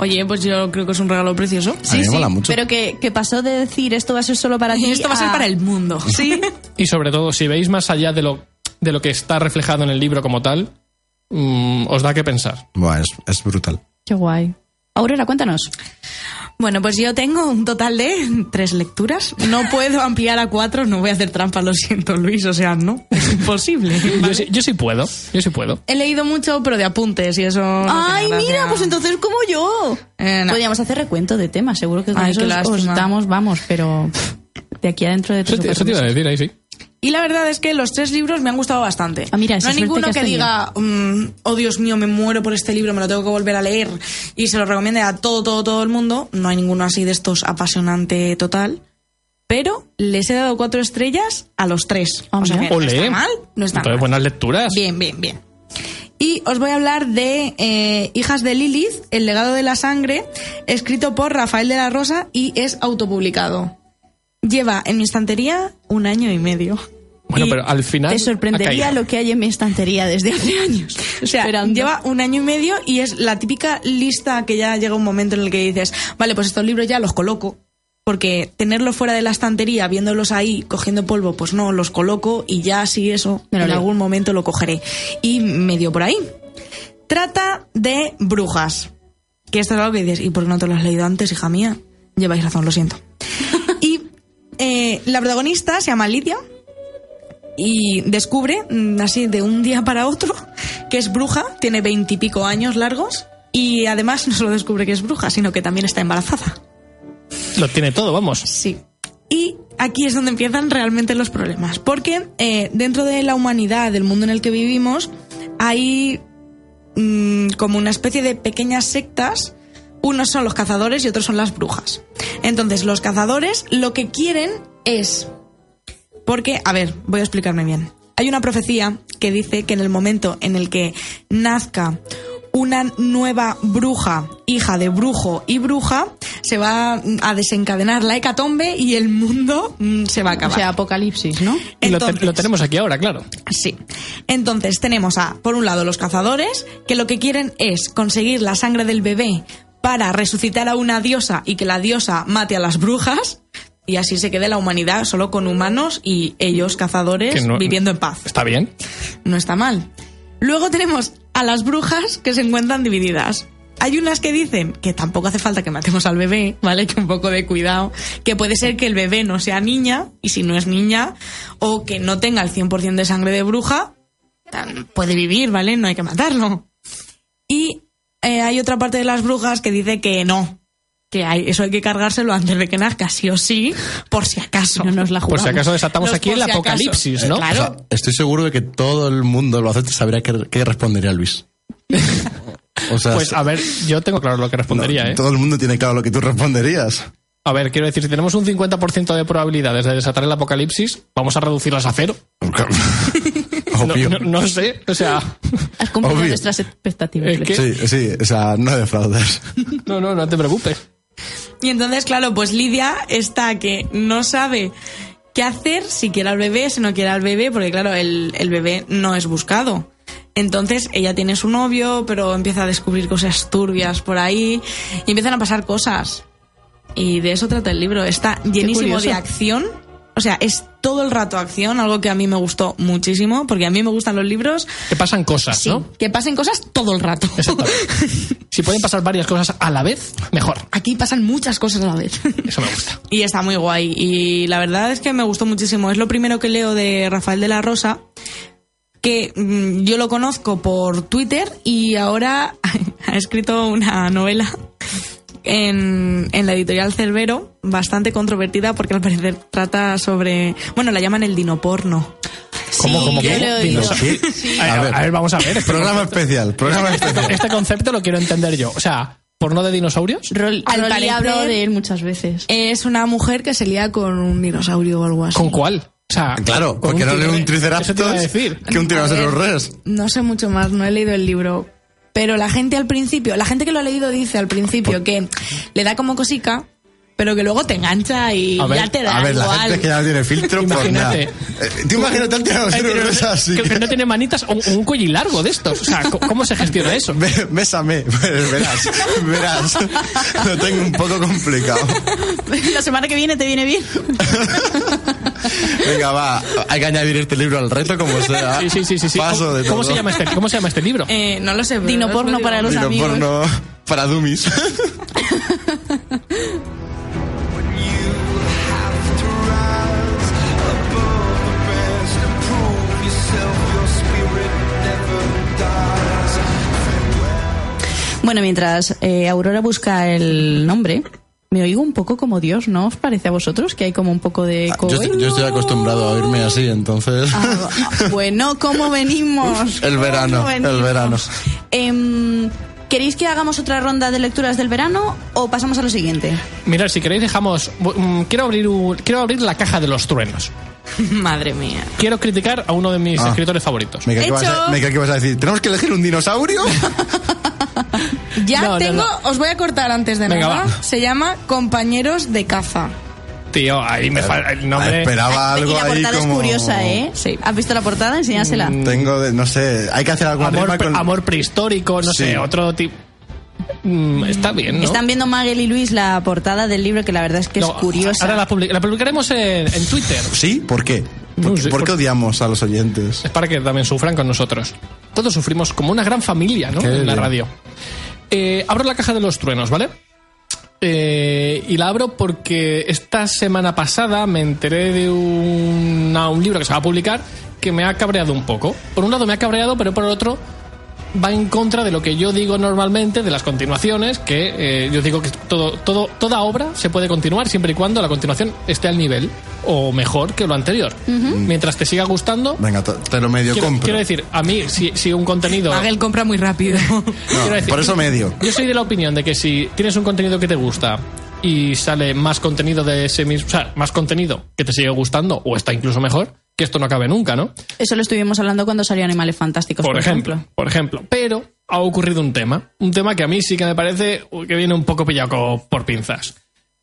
S8: Oye, pues yo creo que es un regalo precioso.
S6: A mí me mola mucho.
S3: pero que, que pasó de decir esto va a ser solo para ti.
S8: Y esto va a ser para el mundo.
S3: ah. Sí.
S7: Y sobre todo, si veis más allá de lo, de lo que está reflejado en el libro como tal, mm, os da que pensar.
S6: Buah, es, es brutal.
S3: Qué guay. Aurora, cuéntanos.
S8: (laughs) Bueno, pues yo tengo un total de tres lecturas. No puedo ampliar a cuatro, no voy a hacer trampa, lo siento, Luis, o sea, no, es imposible.
S7: (laughs) Yo, sí, yo sí puedo, yo sí puedo.
S8: He leído mucho, pero de apuntes y eso. no tiene
S3: Ay,
S8: gracia.
S3: mira, pues entonces como yo.
S8: Eh, no.
S3: Podríamos hacer recuento de temas, seguro que con
S8: Ay,
S3: eso
S8: qué
S3: os- os
S8: lástima.
S3: damos, vamos, pero pff, de aquí adentro de
S7: Eso,
S3: tres o
S7: te-
S3: cuatro
S7: eso te iba a
S3: meses.
S7: decir, ahí sí.
S8: Y la verdad es que los tres libros me han gustado bastante.
S3: Ah, mira, esa
S8: no hay
S3: suerte
S8: ninguno
S3: que has
S8: que,
S3: tenido.
S8: diga, mm, oh Dios mío, me muero por este libro, me lo tengo que volver a leer y se lo recomiende a todo, todo, todo el mundo. No hay ninguno así de estos apasionante total. Pero les he dado cuatro estrellas a los tres.
S3: Ah,
S8: o sea
S3: mira.
S8: que Eh, no
S7: Ole.
S8: está mal, no está
S7: Entonces,
S8: mal.
S7: buenas lecturas.
S8: Bien, bien, bien. Y os voy a hablar de eh, Hijas de Lilith, El legado de la sangre, escrito por Rafael de la Rosa y es autopublicado. Lleva en mi estantería un año y medio.
S7: Bueno,
S3: Y
S7: pero al final.
S3: Te sorprendería
S7: ha caído.
S3: lo que hay en mi estantería desde hace (laughs) años.
S8: O sea,
S3: Esperando.
S8: lleva un año y medio y es la típica lista que ya llega un momento en el que dices, vale, pues estos libros ya los coloco. Porque tenerlos fuera de la estantería, viéndolos ahí, cogiendo polvo, pues no, los coloco y ya si eso,
S3: Me lo
S8: en
S3: leo.
S8: algún momento lo cogeré. Y medio por ahí. Trata de brujas. Que esto es algo que dices, ¿y por qué no te lo has leído antes, hija mía? Lleváis razón,
S3: (laughs)
S8: lo siento. y eh, la protagonista se llama Lidia y descubre, mm, así de un día para otro, que es bruja, tiene veintipico años largos y además no solo descubre que es bruja, sino que también está embarazada.
S7: Lo tiene todo, vamos.
S8: Sí. Y aquí es donde empiezan realmente los problemas, porque eh, dentro de la humanidad, del mundo en el que vivimos, hay mm, como una especie de pequeñas sectas. Unos son los cazadores y otros son las brujas. Entonces, los cazadores lo que quieren es... Porque, a ver, voy a explicarme bien. Hay una profecía que dice que en el momento en el que nazca una nueva bruja, hija de brujo y bruja, se va a desencadenar la hecatombe y el mundo mm, se va a
S3: O
S8: acabar.
S3: sea, apocalipsis, ¿no?
S7: Y lo te-
S8: Entonces-
S7: lo tenemos aquí ahora, claro.
S8: Sí. Entonces tenemos a, por un lado, los cazadores, que lo que quieren es conseguir la sangre del bebé para resucitar a una diosa y que la diosa mate a las brujas. Y así se quede la humanidad solo con humanos y ellos, cazadores,
S7: Que no-
S8: viviendo en paz.
S7: Está bien.
S8: No está mal. Luego tenemos a las brujas que se encuentran divididas. Hay unas que dicen que tampoco hace falta que matemos al bebé, ¿vale? Que un poco de cuidado. Que puede ser que el bebé no sea niña, y si no es niña, o que no tenga el 100% de sangre de bruja, tan- puede vivir, ¿vale? No hay que matarlo. Y eh, hay otra parte de las brujas que dice que no. Que hay, eso hay que cargárselo antes de que nazca, sí o sí, por si acaso.
S3: No nos la
S7: Por
S3: jugamos.
S7: si acaso desatamos
S8: Los
S7: aquí
S8: por
S7: el
S8: si acaso. Eh,
S7: apocalipsis, ¿no?
S8: Claro.
S6: O sea, estoy seguro de que todo el mundo lo hace, sabría qué, qué respondería
S7: (laughs)
S6: Luis. O sea,
S7: Pues a ver, yo tengo claro lo que
S6: no,
S7: respondería, ¿eh?
S6: todo el mundo tiene claro lo que tú
S7: (laughs)
S6: responderías.
S7: A ver, quiero decir, si tenemos un 50% de probabilidades de desatar el apocalipsis, vamos a reducirlas a cero. No,
S6: Obvio.
S7: no- no sé, o sea,
S3: Has cumplido
S6: Obvio.
S3: nuestras expectativas.
S7: Es que-
S6: Sí, sí, o sea, no defraudas.
S7: no, no, no te preocupes.
S8: Y entonces, claro, pues Lidia está que no sabe qué hacer, si quiere al bebé, si no quiere al bebé, porque claro, el, el bebé no es buscado. Entonces ella tiene su novio, pero empieza a descubrir cosas turbias por ahí y empiezan a pasar cosas. Y de eso trata el libro. Está llenísimo
S3: curioso.
S8: de acción. O sea, es todo el rato acción, algo que a mí me gustó muchísimo, porque a mí me gustan los libros
S7: Que pasan cosas,
S8: sí,
S7: ¿no?
S8: que pasen cosas todo el rato.
S7: Exactamente. Si pueden pasar varias cosas a la vez, mejor.
S8: Aquí pasan muchas cosas a la vez.
S7: Eso me gusta.
S8: Y está muy guay. Y la verdad es que me gustó muchísimo. Es lo primero que leo de Rafael de la Rosa, que mm, yo lo conozco por Twitter y ahora (laughs) ha escrito una novela en, en la editorial Cerbero, bastante controvertida porque al parecer trata sobre... Bueno, la llaman el dinoporno.
S7: ¿Cómo, cómo,
S3: yo
S7: cómo?
S3: lo he oído.
S7: Dinos.
S6: Sí.
S7: A, ver,
S6: A ver.
S7: a ver, vamos a ver. Este,
S6: programa especial, programa especial.
S7: este concepto lo quiero entender yo. O sea, ¿porno de dinosaurios?
S3: Rol,
S8: Al
S3: Rolly
S8: parecer-
S3: ha hablado de él muchas veces.
S8: Es una mujer que se lía con un dinosaurio o algo así.
S7: ¿Con cuál? O sea,
S6: Claro,
S7: con
S6: porque no leo
S7: tigre.
S6: un
S7: Eso te iba a
S6: triceratops
S7: decir.
S6: que un tiranosaurio
S8: A ver.
S6: rex.
S8: No sé mucho más, no he leído el libro. Pero la gente al principio, la gente que lo ha leído dice al principio que le da como cosica, pero que luego te engancha y
S7: A ver,
S8: ya te da
S6: A ver, la
S8: igual.
S6: gente es que ya no tiene filtro por nada.
S7: Imagínate.
S6: Eh, Tú imagínate al tiranosaurio
S7: Pero
S6: rex
S7: no-
S6: así.
S7: que, que no tiene manitas o un, o un cuello largo de estos. O sea, co- ¿cómo se gestiona eso?
S6: (laughs) Ve- Bésame, pues, verás, verás. Lo tengo un poco complicado.
S8: (laughs)
S3: La semana que viene te viene bien.
S6: Venga, va, hay que añadir este libro al reto como sea.
S7: Sí, sí, sí, sí. sí.
S6: Ah, Paso
S7: ¿Cómo,
S6: de todo.
S7: cómo se llama este, ¿Cómo se llama este libro?
S8: Eh, no lo sé. pero
S3: Dinoporno
S8: os lo digo.
S3: para los
S6: Dino
S3: amigos.
S6: porno para dummies.
S3: Bueno, mientras eh, Aurora busca el nombre, me oigo un poco como Dios, ¿no os parece a vosotros que hay como un poco de...
S6: Ah, Yo, estoy- yo estoy acostumbrado a oírme así, entonces.
S3: Ah, (laughs) bueno, ¿cómo venimos?
S6: (laughs) El
S8: (laughs)
S6: verano,
S3: ¿Cómo
S6: el
S3: venimos?
S6: verano.
S3: Em, ¿Queréis que hagamos otra ronda de lecturas del verano o pasamos a lo siguiente?
S7: Mirad, si queréis dejamos... mm, Quiero abrir, un- quiero abrir la caja de los truenos.
S8: Madre mía.
S7: Quiero criticar a uno de mis
S6: Ah.
S7: escritores favoritos.
S6: me, cae que vas a,
S8: Hecho.
S6: me cae que vas a decir, ¿tenemos que elegir un
S8: (laughs)
S6: dinosaurio? Ah,
S8: Ya
S7: No, no,
S8: tengo,
S7: no.
S8: os voy a cortar antes de
S7: Venga,
S8: nada.
S7: va.
S8: Se llama Compañeros de Caza.
S7: Tío, ahí
S6: Eh,
S7: me falta el
S6: ah,
S7: nombre...
S6: Esperaba
S3: y
S6: algo
S3: la
S6: ahí
S3: portada
S6: como...
S3: es curiosa, ¿eh?
S8: Sí.
S3: ¿Has visto la portada? Enseñásela.
S6: Tengo, de, no sé, hay que hacer alguna
S7: Amor,
S6: rima
S7: pre-
S6: con...
S7: amor prehistórico, no
S6: Sí.
S7: sé, otro tipo... Mm, está bien, ¿no?
S3: Están viendo Magel y Luis la portada del libro que la verdad es que es
S7: No,
S3: curiosa.
S7: Ahora la, public- la publicaremos en, en Twitter.
S6: ¿Sí? ¿Por qué?
S7: No
S6: ¿Por, qué-
S7: sé,
S6: por qué
S7: por-
S6: odiamos a los oyentes?
S7: Es para que también sufran con nosotros. Todos sufrimos como una gran familia, ¿no?
S6: Qué
S7: en la
S6: bien.
S7: radio. Eh, abro la caja de los truenos, ¿vale? Eh, y la abro porque esta semana pasada me enteré de un, a un libro que se va a publicar que me ha cabreado un poco. Por un lado me ha cabreado, pero por el otro va en contra de lo que yo digo normalmente de las continuaciones, que eh, yo digo que todo, todo, toda obra se puede continuar siempre y cuando la continuación esté al nivel o mejor que lo anterior. Mientras te siga gustando,
S6: Venga, te- te lo medio
S7: quiero,
S6: compro.
S7: quiero decir, a mí, si, si un contenido...
S8: Magel compra muy rápido.
S6: No,
S7: quiero decir-
S6: por eso medio.
S7: Yo soy de la opinión de que si tienes un contenido que te gusta y sale más contenido de ese mismo... O sea, más contenido que te sigue gustando o está incluso mejor, que esto no acabe nunca, ¿no?
S3: Eso lo estuvimos hablando cuando salió Animales Fantásticos, por,
S7: por ejemplo, Por ejemplo. Pero ha ocurrido un tema. Un tema que a mí sí que me parece uy, que viene un poco pillado co- por pinzas.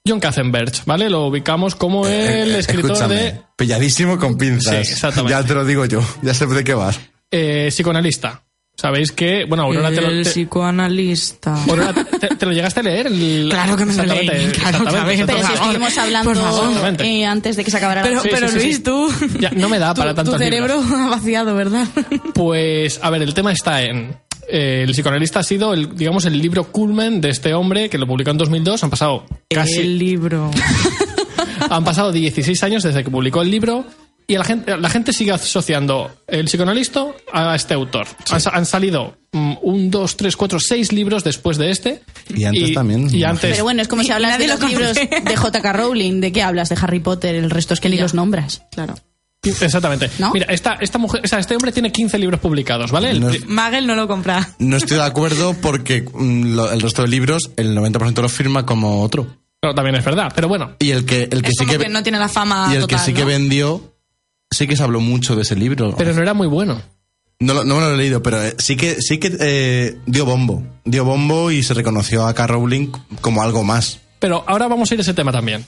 S7: John Katzenberg, ¿vale? Lo ubicamos como el
S6: Eh, eh,
S7: escritor
S6: escúchame,
S7: de
S6: Pilladísimo con pinzas.
S7: Sí, exactamente.
S6: Ya te lo digo yo. Ya sé de qué vas.
S7: eh, psicoanalista. Sabéis que, bueno, Aurora te lo,
S8: el
S7: te-
S8: psicoanalista.
S7: Aurora, te- te lo llegaste a leer. el-
S8: Claro que me lo leí,
S7: Exactamente,
S8: claro que a ver.
S3: Pero
S7: exactamente.
S3: si
S8: Por favor,
S3: estuvimos
S8: por favor.
S3: hablando eh, antes de que se acabara la
S8: Pero,
S7: Sí,
S8: pero
S7: sí, sí,
S8: Luis,
S7: sí.
S8: tú.
S7: Ya, no me da
S8: tu-
S7: para tantos
S8: Tu cerebro ha vaciado, ¿verdad?
S7: Pues, a ver, el tema está en. eh, el psicoanalista ha sido, el, digamos, el libro culmen de este hombre que lo publicó en 2002. Han pasado (laughs) casi.
S8: El libro.
S7: Han pasado 16 años desde que publicó el libro y la gente, la gente sigue asociando el psicoanalista a este autor. Han, sa- han salido mm, un, dos, tres, cuatro, seis libros después de este.
S6: Y antes también.
S7: Y antes.
S3: Pero bueno, es como si hablas de
S8: Nadie
S3: los
S8: lo
S3: libros
S8: conoce.
S3: de J.K. Rowling. ¿De qué hablas? De Harry Potter, el resto es que ni los nombras.
S8: Claro.
S7: Exactamente.
S3: ¿No?
S7: Mira, esta, esta mujer, o sea, este hombre tiene 15 libros publicados, ¿vale? El-
S6: No es-
S8: Magel no lo compra.
S6: No estoy de acuerdo porque mm, lo- el resto de libros, el 90% los firma como otro.
S7: pero también es verdad. Pero bueno,
S6: Y el que, el que
S8: Es
S6: sí
S8: como
S6: que,
S8: que, no tiene la fama
S6: y el
S8: total,
S6: que sí que
S8: ¿no?
S6: vendió, sí que se habló mucho de ese libro.
S7: pero no era muy bueno.
S6: No, lo- no me lo he leído, pero eh, sí que, sí que eh, dio bombo. Dio bombo y se reconoció a K. Rowling como algo más.
S7: Pero ahora vamos a ir a ese tema también.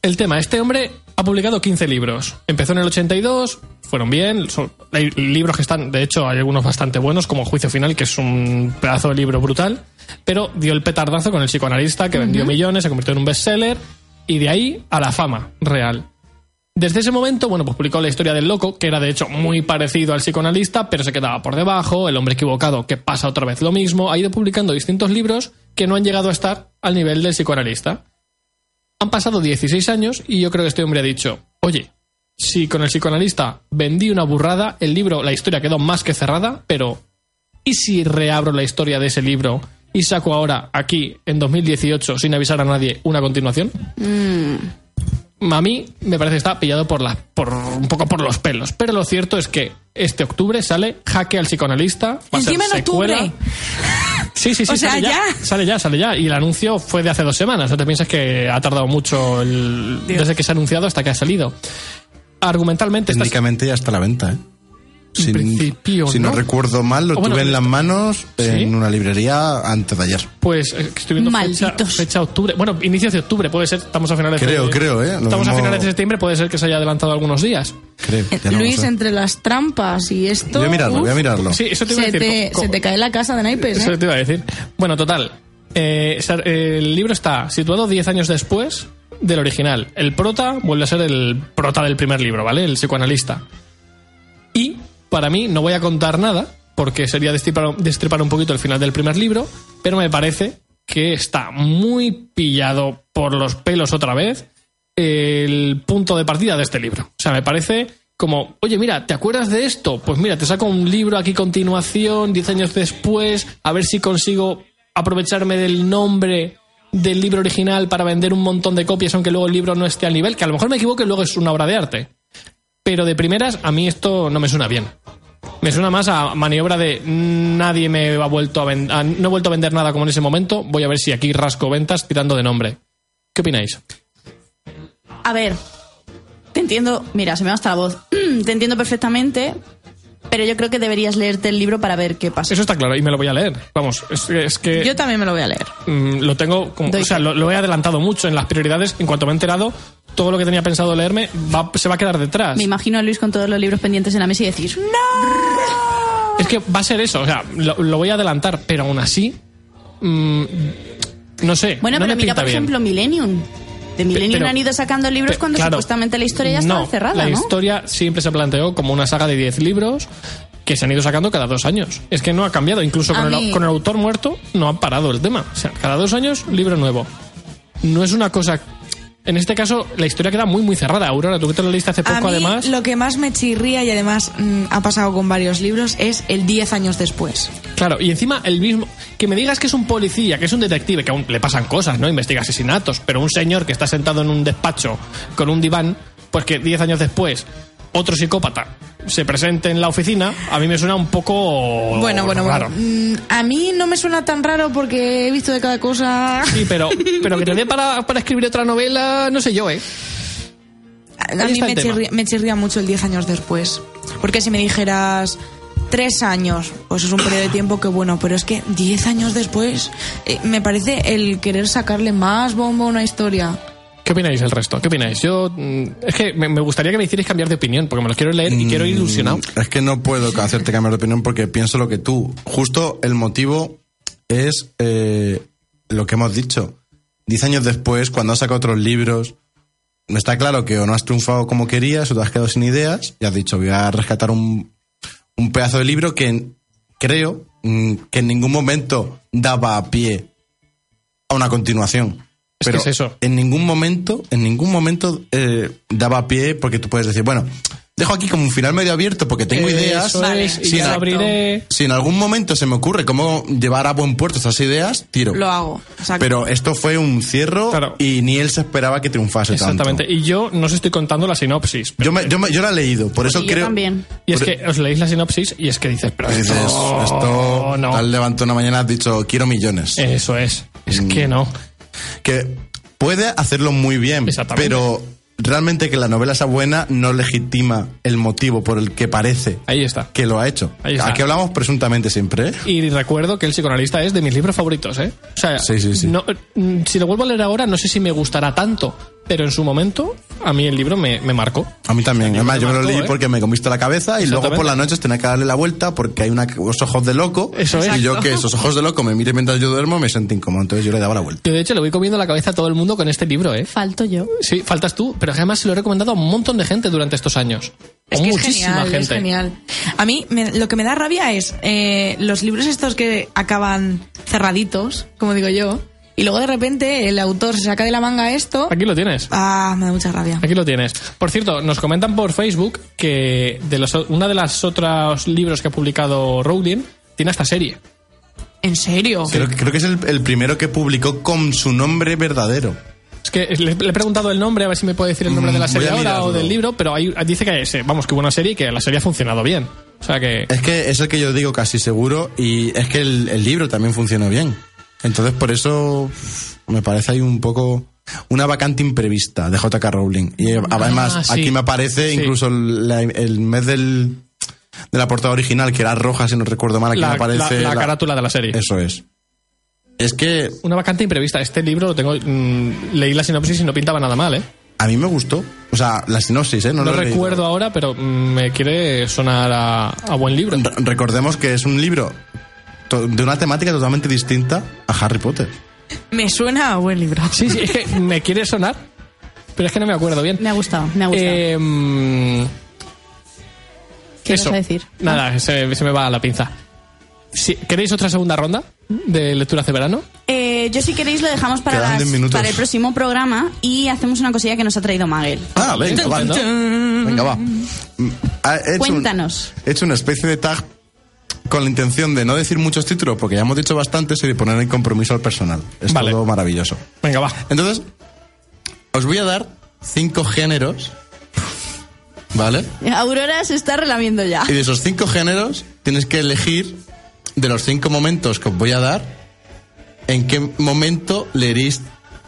S7: El tema, este hombre ha publicado 15 libros. Empezó en el 82, fueron bien. son- hay libros que están, de hecho, hay algunos bastante buenos, como Juicio Final, que es un pedazo de libro brutal. Pero dio el petardazo con el psicoanalista, que vendió millones, se convirtió en un bestseller. Y de ahí a la fama real. Desde ese momento, bueno, pues publicó la historia del loco, que era de hecho muy parecido al psicoanalista, pero se quedaba por debajo, El hombre equivocado, que pasa otra vez lo mismo, ha ido publicando distintos libros que no han llegado a estar al nivel del psicoanalista. Han pasado 16 años y yo creo que este hombre ha dicho, oye, si con el psicoanalista vendí una burrada, el libro, la historia quedó más que cerrada, pero ¿y si reabro la historia de ese libro y saco ahora, aquí, en 2018, sin avisar a nadie, una continuación?
S8: Mm.
S7: A mí me parece que está pillado por la, por un poco por los pelos. Pero lo cierto es que este octubre sale Jaque al psicoanalista. Va a ser
S8: Encima en
S7: secuela.
S8: octubre.
S7: Sí, sí, sí.
S8: O sea,
S7: sale
S8: ya.
S7: Sale ya, sale ya. Y el anuncio fue de hace dos semanas. No te pienses que ha tardado mucho el-
S8: Dios.
S7: desde que se ha anunciado hasta que ha salido. Argumentalmente, esta-
S6: Técnicamente ya está a la venta, ¿eh? Si,
S7: principio,
S6: si no
S7: ¿no?
S6: recuerdo mal, lo
S7: O bueno,
S6: tuve en
S7: pero
S6: las manos en una librería antes de ayer.
S7: pues eh, estoy viendo fecha,
S3: Malditos.
S7: fecha octubre. Bueno, inicios de octubre puede ser. Estamos a finales
S6: Creo,
S7: de
S6: creo, ¿eh? Lo
S7: Estamos a
S6: mismo-
S7: finales de septiembre, puede ser que se haya adelantado algunos días.
S6: Creo.
S7: Eh,
S6: ya no lo
S8: Luis,
S6: sé.
S8: entre las trampas y esto.
S6: Voy a mirarlo,
S8: uf,
S6: voy a mirarlo.
S7: Sí, eso te iba a
S8: Se
S7: decir.
S8: te,
S7: co- co-
S8: se te cae la casa de naipes,
S7: Eso
S8: ¿eh?
S7: te iba a decir. Bueno, total. eh, sa- el libro está situado 10 años después del original. El prota vuelve a ser el prota del primer libro, ¿vale? El psicoanalista. Y para mí no voy a contar nada, porque sería destripar, destripar un poquito el final del primer libro, pero me parece que está muy pillado por los pelos otra vez el punto de partida de este libro. O sea, me parece como, oye, mira, ¿te acuerdas de esto? Pues mira, te saco un libro aquí a continuación, 10 años después, a ver si consigo aprovecharme del nombre del libro original para vender un montón de copias, aunque luego el libro no esté al nivel, que a lo mejor me equivoco y luego es una obra de arte. Pero de primeras, a mí esto no me suena bien. Me suena más a maniobra de "Mm, nadie me ha vuelto a ven- a- no he vuelto a vender nada como en ese momento, voy a ver si aquí rasco ventas tirando de nombre. ¿Qué opináis?
S3: A ver, te entiendo, mira, se me va hasta la voz.
S8: Mm,
S3: Te entiendo perfectamente, pero yo creo que deberías leerte el libro para ver qué pasa.
S7: Eso está claro y me lo voy a leer. Vamos, es, es que
S8: Yo también me lo voy a leer.
S7: mm, lo tengo como,
S3: Doy
S7: o sea,
S3: fe.
S7: lo, lo he adelantado mucho en las prioridades. En cuanto me he enterado, todo lo que tenía pensado leerme va- se va a quedar detrás.
S3: Me imagino a Luis con todos los libros pendientes en la mesa y decir,
S7: Es que va a ser eso, o sea, lo, lo voy a adelantar, pero aún así, mm, no sé.
S3: Bueno,
S7: no
S3: pero mira,
S7: me pinta
S3: por
S7: bien.
S3: ejemplo, Millennium. De Millennium
S7: pero-
S3: han ido sacando libros
S7: Pe-
S3: cuando
S7: claro.
S3: supuestamente la historia ya estaba
S7: No,
S3: cerrada,
S7: La
S3: ¿no?
S7: historia siempre se planteó como una saga de 10 libros que se han ido sacando cada dos años. Es que no ha cambiado, incluso
S3: A
S7: con
S3: mí-
S7: el, con el autor muerto no han parado el tema. O sea, cada dos años, libro nuevo. No es una cosa... En este caso, la historia queda muy, muy cerrada. Aurora, tú que te lo leíste hace
S8: A
S7: poco,
S8: mí
S7: además...
S8: lo que más me chirría y además mm, ha pasado con varios libros es el 10 años después.
S7: Claro, y encima el mismo. Que me digas que es un policía, que es un detective, que aún le pasan cosas, ¿no? Investiga asesinatos, pero un señor que está sentado en un despacho con un diván, pues que 10 años después otro psicópata se presente en la oficina, a mí me suena un poco.
S8: bueno, bueno,
S7: raro.
S8: bueno. Mm, A mí no me suena tan raro porque he visto de cada cosa.
S7: Sí, pero, pero que te dé para, para escribir otra novela, no sé yo, ¿eh?
S8: A
S7: Ahí
S8: mí
S7: está el
S8: me
S7: tema.
S8: chirría, me chirría mucho el 10 años después. Porque si me dijeras tres años, pues es un periodo de tiempo que bueno, pero es que 10 años después eh, me parece el querer sacarle más bombo a una historia.
S7: ¿Qué opináis el resto? ¿Qué opináis? Yo. mm, Es que me, me gustaría que me hicierais cambiar de opinión, porque me los quiero leer y quiero ir ilusionado.
S6: Mm, Es que no puedo hacerte cambiar de opinión porque pienso lo que tú. Justo el motivo es eh, lo que hemos dicho. Diez años después, cuando has sacado otros libros, está claro que o no has triunfado como querías o te has quedado sin ideas y has dicho, voy a rescatar un, un pedazo de libro que en- creo mm, que en ningún momento daba pie a una continuación.
S7: Es que es eso.
S6: En ningún momento, en ningún momento eh, daba pie porque tú puedes decir, bueno, dejo aquí como un final medio abierto porque
S7: Eh,
S6: tengo ideas.
S7: Eso
S8: Vale.
S7: es, y
S6: Sí,
S7: ya lo
S6: exacto.
S7: abriré.
S6: Si en algún momento se me ocurre cómo llevar a buen puerto estas ideas, tiro.
S8: Lo hago. O sea,
S6: Pero esto fue un cierro
S7: Claro.
S6: y ni él se esperaba que triunfase
S7: Exactamente.
S6: tanto.
S7: Y yo no os estoy contando la sinopsis. pero-
S6: Yo, me- yo, me- yo la he leído, por eso
S3: Y yo
S6: creo.
S3: también.
S7: Y es
S6: Por-
S7: que os leéis la sinopsis y es que dices, pero
S6: Dices,
S7: esto,
S6: esto
S7: no. Eh.
S6: te has levantado una mañana has dicho quiero millones.
S7: Eso es. Es
S6: Mm.
S7: que no.
S6: Que puede hacerlo muy bien,
S7: Exactamente.
S6: pero realmente que la novela sea buena no legitima el motivo por el que parece
S7: Ahí está.
S6: que lo ha hecho.
S7: Ahí está.
S6: Aquí hablamos presuntamente siempre. ¿eh?
S7: Y recuerdo que el psicoanalista es de mis libros favoritos, ¿eh? O sea,
S6: Sí, sí, sí.
S7: no- mm, si lo vuelvo a leer ahora, no sé si me gustará tanto, pero en su momento, a mí el libro me, me marcó.
S6: A mí también. Además, yo me lo
S7: marcó,
S6: leí
S7: ¿eh?
S6: porque me comiste la cabeza y luego por
S7: Exactamente.
S6: las noches tenía que darle la vuelta porque hay una- unos ojos de loco.
S7: Eso es.
S6: Y yo que esos ojos de loco me miren mientras yo duermo me sentí incómodo. Entonces yo le daba la vuelta.
S7: Yo, de hecho, le voy comiendo la cabeza a todo el mundo con este libro, ¿eh?
S3: falto yo.
S7: Sí, faltas tú, pero además se lo he recomendado a un montón de gente durante estos años.
S8: Es
S7: a
S8: que es
S7: muchísima
S8: genial,
S7: gente.
S8: es genial. A mí me- lo que me da rabia es eh, los libros estos que acaban cerraditos, como digo yo, y luego de repente el autor se saca de la manga esto.
S7: Aquí lo tienes.
S8: Ah, me da mucha rabia.
S7: Aquí lo tienes. Por cierto, nos comentan por Facebook que de los, una de las otras libros que ha publicado Rowling tiene esta serie.
S8: ¿En serio?
S6: Creo, creo que es el, el primero que publicó con su nombre verdadero.
S7: Es que le, le he preguntado el nombre, a ver si me puede decir el nombre de la
S6: Mm,
S7: serie
S6: voy a
S7: ahora o
S6: mirarlo.
S7: del libro, pero ahí dice que es, eh, vamos, que hubo una serie y que la serie ha funcionado bien. O sea que
S6: Es que es el que yo digo casi seguro y es que el, el libro también funcionó bien. Entonces por eso me parece ahí un poco una vacante imprevista de JK Rowling. Y eh, además
S7: Ah, sí.
S6: aquí me aparece
S7: Sí.
S6: incluso el, la- el mes del, de la portada original, que era roja si no recuerdo mal, aquí
S7: la,
S6: me aparece
S7: la- la
S6: la-
S7: carátula de la serie.
S6: Eso es. Es que
S7: Una vacante imprevista. Este libro lo tengo. mm, leí la sinopsis y no pintaba nada mal, ¿eh?
S6: a mí me gustó. O sea, la sinopsis, ¿eh? No,
S7: No,
S6: lo he leído.
S7: recuerdo ahora, pero mm, me quiere sonar a, a buen libro.
S6: Re- Recordemos que es un libro to- de una temática totalmente distinta a Harry Potter.
S8: Me suena a buen libro.
S7: Sí, sí, es que me quiere sonar, pero es que no me acuerdo bien.
S3: Me ha gustado, me ha gustado.
S7: Eh,
S3: ¿Qué ibas a decir? Ah.
S7: Nada, se, se me va la pinza. Si- ¿Queréis otra segunda ronda de lectura hace verano?
S3: Eh, yo si queréis lo dejamos para,
S6: Quedan
S3: las-
S6: 10 minutos.
S3: para el próximo programa y hacemos una cosilla que nos ha traído Magel.
S6: Ah, venga,
S7: Tum,
S6: va.
S7: tum,
S6: Venga, va. Mm, ha hecho un-
S3: Cuéntanos.
S6: he hecho una especie de tag con la intención de no decir muchos títulos, porque ya hemos dicho bastantes, y de poner en compromiso al personal. Es
S7: Vale.
S6: todo maravilloso.
S7: Venga, va.
S6: Entonces, os voy a dar cinco géneros, ¿vale?
S3: Eh, Aurora se está relamiendo ya.
S6: Y de esos cinco géneros, tienes que elegir de los cinco momentos que os voy a dar, en qué momento leeréis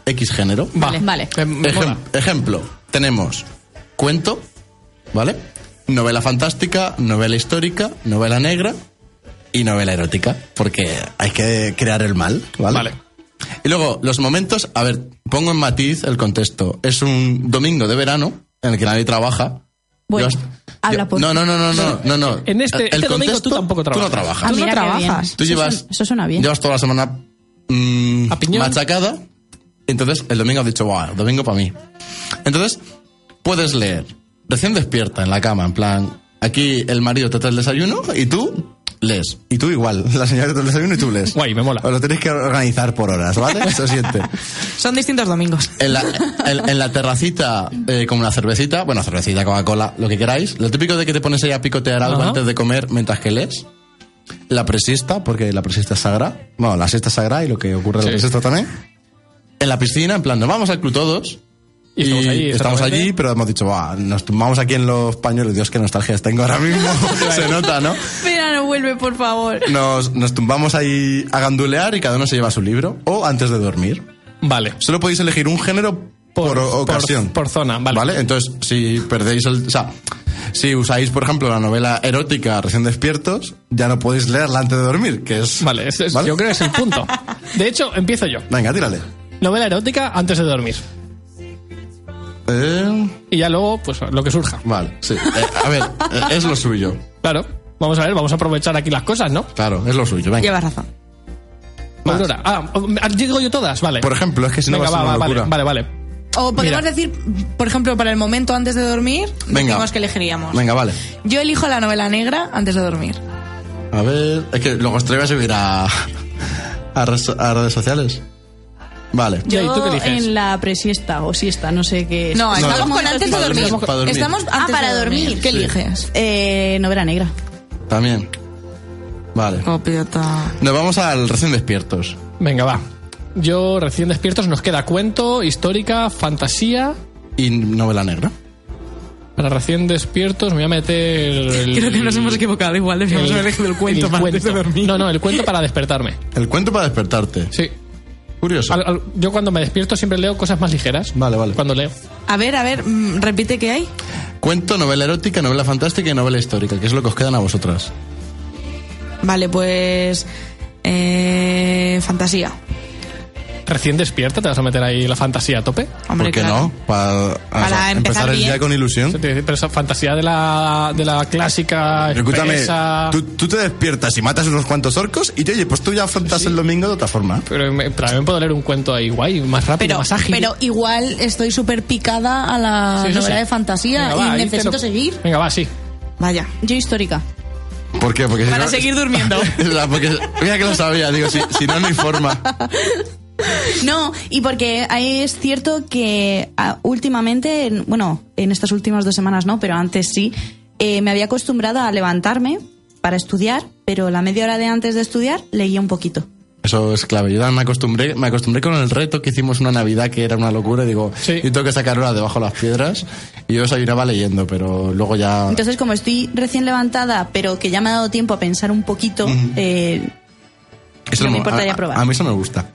S6: X género.
S7: Va.
S3: Vale, vale.
S7: Eh, me
S6: Ejem-
S7: mola.
S6: ejemplo, tenemos cuento, ¿vale? Novela fantástica, novela histórica, novela negra y novela erótica, porque hay que crear el mal, ¿vale?
S7: Vale.
S6: Y luego, los momentos, a ver, pongo en matiz el contexto. Es un domingo de verano en el que nadie trabaja.
S3: Bueno,
S6: Yo-
S3: habla
S6: yo-
S3: por
S6: No, no, no, no, no, no, no.
S7: En este-
S6: El
S7: este domingo tú tampoco
S6: Tú no
S7: trabajas.
S6: trabajas.
S3: Ah,
S8: Tú no
S3: mira qué bien.
S8: trabajas.
S6: Tú
S3: Eso
S6: llevas.
S3: suena- Eso suena bien.
S6: Llevas toda la semana mm,
S7: A piñón.
S6: machacada. Entonces, el domingo has dicho, wow, domingo para mí. Entonces, puedes leer. Recién despierta en la cama, en plan, aquí el marido te trae el desayuno y tú lees. Y tú igual, (laughs) la señora te trae el desayuno y tú lees.
S7: Guay, me mola.
S6: Os lo tenéis que organizar por horas, ¿vale?
S7: (laughs)
S6: Se siente.
S8: Son distintos domingos.
S6: En la, en- en la terracita, eh, con una cervecita, bueno, cervecita, Coca-Cola, lo que queráis. Lo típico de que te pones ahí a picotear algo
S7: Ajá.
S6: antes de comer mientras que lees. La presista, porque la presista es sagrada. Bueno, la siesta es sagrada y lo que ocurre en la
S7: Sí.
S6: presista también. En la piscina, en plan, nos vamos al club todos.
S7: Y estamos allí,
S6: estamos
S7: exactamente.
S6: allí, pero hemos dicho, "Buah, nos tumbamos aquí en los pañuelos. Dios, qué nostalgias tengo ahora
S7: (laughs)
S6: mismo. Se nota, ¿no?
S3: Espera, no vuelve, por favor.
S6: Nos, nos tumbamos ahí a gandulear y cada uno se lleva su libro. O antes de dormir.
S7: Vale.
S6: Solo podéis elegir un género por, o- ocasión.
S7: Por, zona, vale.
S6: Entonces, si perdéis el. O sea, si usáis, por ejemplo, la novela erótica recién despiertos, ya no podéis leerla antes de dormir, que es.
S7: Vale, es- es-
S6: ¿Vale?
S7: yo creo que es el punto. De hecho, empiezo yo.
S6: Venga, tírale.
S7: Novela erótica antes de dormir.
S6: Eh,
S7: Y ya luego, pues lo que surja.
S6: vale, sí. Eh, a ver, eh, es lo suyo.
S7: Claro. Vamos a ver, vamos a aprovechar aquí las cosas, ¿no?
S6: Claro, es lo suyo. Venga.
S8: Llevas razón.
S6: Más.
S7: Aurora. Ah, ah, digo yo todas, vale.
S6: Por ejemplo, es que si no
S7: Venga,
S6: va a ser
S7: va,
S6: una
S7: vale,
S6: locura.
S7: vale, vale.
S8: O podemos
S7: Mira.
S8: decir, por ejemplo, para el momento antes de dormir,
S6: Venga.
S8: decimos que elegiríamos.
S6: Venga, vale.
S8: Yo elijo la novela negra antes de dormir.
S6: A ver, es que luego os voy a subir a. a, res- a redes sociales. Vale.
S7: Ya, ¿y tú qué
S3: Yo
S7: eliges?
S3: en la presiesta o siesta, no sé qué. es.
S8: No,
S3: Esos
S8: estamos
S3: momentos
S8: con antes de
S6: para
S8: dormir.
S6: dormir, para dormir.
S8: Estamos
S3: Ah,
S8: antes
S3: para
S8: de
S3: dormir.
S8: ¿Qué
S6: Sí.
S8: eliges?
S3: Eh, novela negra.
S6: También. Vale.
S8: Copiota.
S6: Nos vamos al recién despiertos.
S7: Venga, va. Yo recién despiertos nos queda cuento, histórica, fantasía.
S6: Y novela negra.
S7: Para recién despiertos me voy a meter. el-
S8: (laughs) Creo que nos hemos equivocado igual, debíamos haber elegido el cuento para antes de dormir.
S7: No, no, el cuento para despertarme.
S6: El cuento para despertarte.
S7: Sí.
S6: Curioso.
S7: Al- al- yo cuando me despierto siempre leo cosas más ligeras.
S6: Vale, vale.
S7: Cuando leo.
S8: A ver, a ver, mm, repite qué hay.
S6: Cuento, novela erótica, novela fantástica y novela histórica, que es lo que os quedan a vosotras.
S8: Vale, pues. eh, fantasía.
S7: Recién despierta, te vas a meter ahí la fantasía a tope.
S8: Hombre,
S6: ¿Por qué
S8: claro.
S6: no? Para,
S8: Para
S6: o sea,
S8: empezar
S6: el día
S8: bien.
S6: con
S7: Eso
S6: ilusión.
S7: te iba a decir, Pero esa fantasía de la, de la clásica.
S6: Escúchame,
S7: espesa-
S6: tú, tú te despiertas y matas unos cuantos orcos y te oye, pues tú ya afrontas el domingo de otra forma.
S7: Pero me- pero también puedo leer un cuento ahí guay, más rápido,
S8: Pero,
S7: más ágil.
S5: Pero igual estoy súper picada a la
S7: Sí, eso
S5: novela
S7: sí.
S5: de fantasía
S7: Venga, va,
S5: y
S7: ahí te
S5: necesito
S7: lo-
S5: seguir.
S7: Venga, va, sí.
S8: Vaya.
S3: Yo histórica.
S6: ¿Por qué? Porque si
S8: Para
S6: no- (laughs)
S8: seguir durmiendo.
S6: Porque, mira que lo sabía, digo, si, si no, no hay forma.
S3: No, y porque ahí es cierto que ah, últimamente, en- bueno, en estas últimas dos semanas no, pero antes sí, eh, me había acostumbrado a levantarme para estudiar, pero la media hora de antes de estudiar leía un poquito.
S6: Eso es clave. Yo también me acostumbré, me acostumbré con el reto que hicimos una Navidad que era una locura. y Digo,
S7: Sí.
S6: yo tengo que sacar hora debajo de las piedras. Y yo desayunaba leyendo, pero luego ya.
S3: Entonces, como estoy recién levantada, pero que ya me ha dado tiempo a pensar un poquito, eh,
S6: Eso
S3: no me
S6: a-
S3: importaría
S6: a-
S3: probar.
S6: A mí eso me gusta.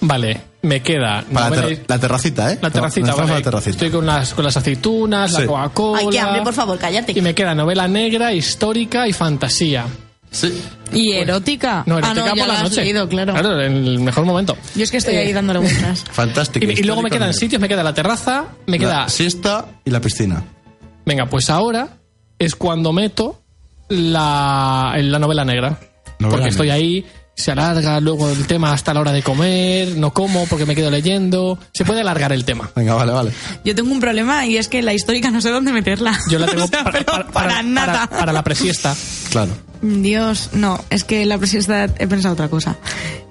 S7: Vale, me queda.
S6: Para la,
S7: novela-
S6: ter- la terracita, ¿eh?
S7: la terracita,
S6: Nos vamos
S7: vale.
S6: a la terracita.
S7: Estoy con las, con las aceitunas,
S6: Sí.
S7: la Coca-Cola.
S3: Ay, qué hambre, por favor, cállate.
S7: Y me queda novela negra, histórica y fantasía.
S6: Sí.
S5: ¿Y erótica?
S7: Pues, No,
S5: ah,
S7: erótica
S5: no, ya
S7: por
S5: la
S7: la
S5: has
S7: noche.
S5: leído, claro.
S7: Claro, Eh. en el mejor momento.
S5: Yo es que estoy ahí dándole
S7: (laughs)
S5: vueltas.
S6: Fantástico.
S7: Y, y luego me quedan
S6: Histórico
S7: sitios, me queda la terraza, me
S6: negro.
S7: queda.
S6: La siesta y la piscina.
S7: Venga, pues ahora es cuando meto la, la novela negra.
S6: Novela
S7: porque
S6: negra.
S7: estoy ahí, se alarga luego el tema hasta la hora de comer, no como porque me quedo leyendo. Se puede alargar el tema.
S6: Venga, vale, vale.
S8: Yo tengo un problema y es que la histórica no sé dónde meterla.
S3: (laughs)
S7: Yo la tengo
S8: (laughs) O sea,
S7: para,
S8: pero
S7: para-
S8: para
S7: para-
S8: nada.
S7: para- para la presiesta.
S6: Claro.
S8: Dios, no, es que la presidencia he pensado otra cosa.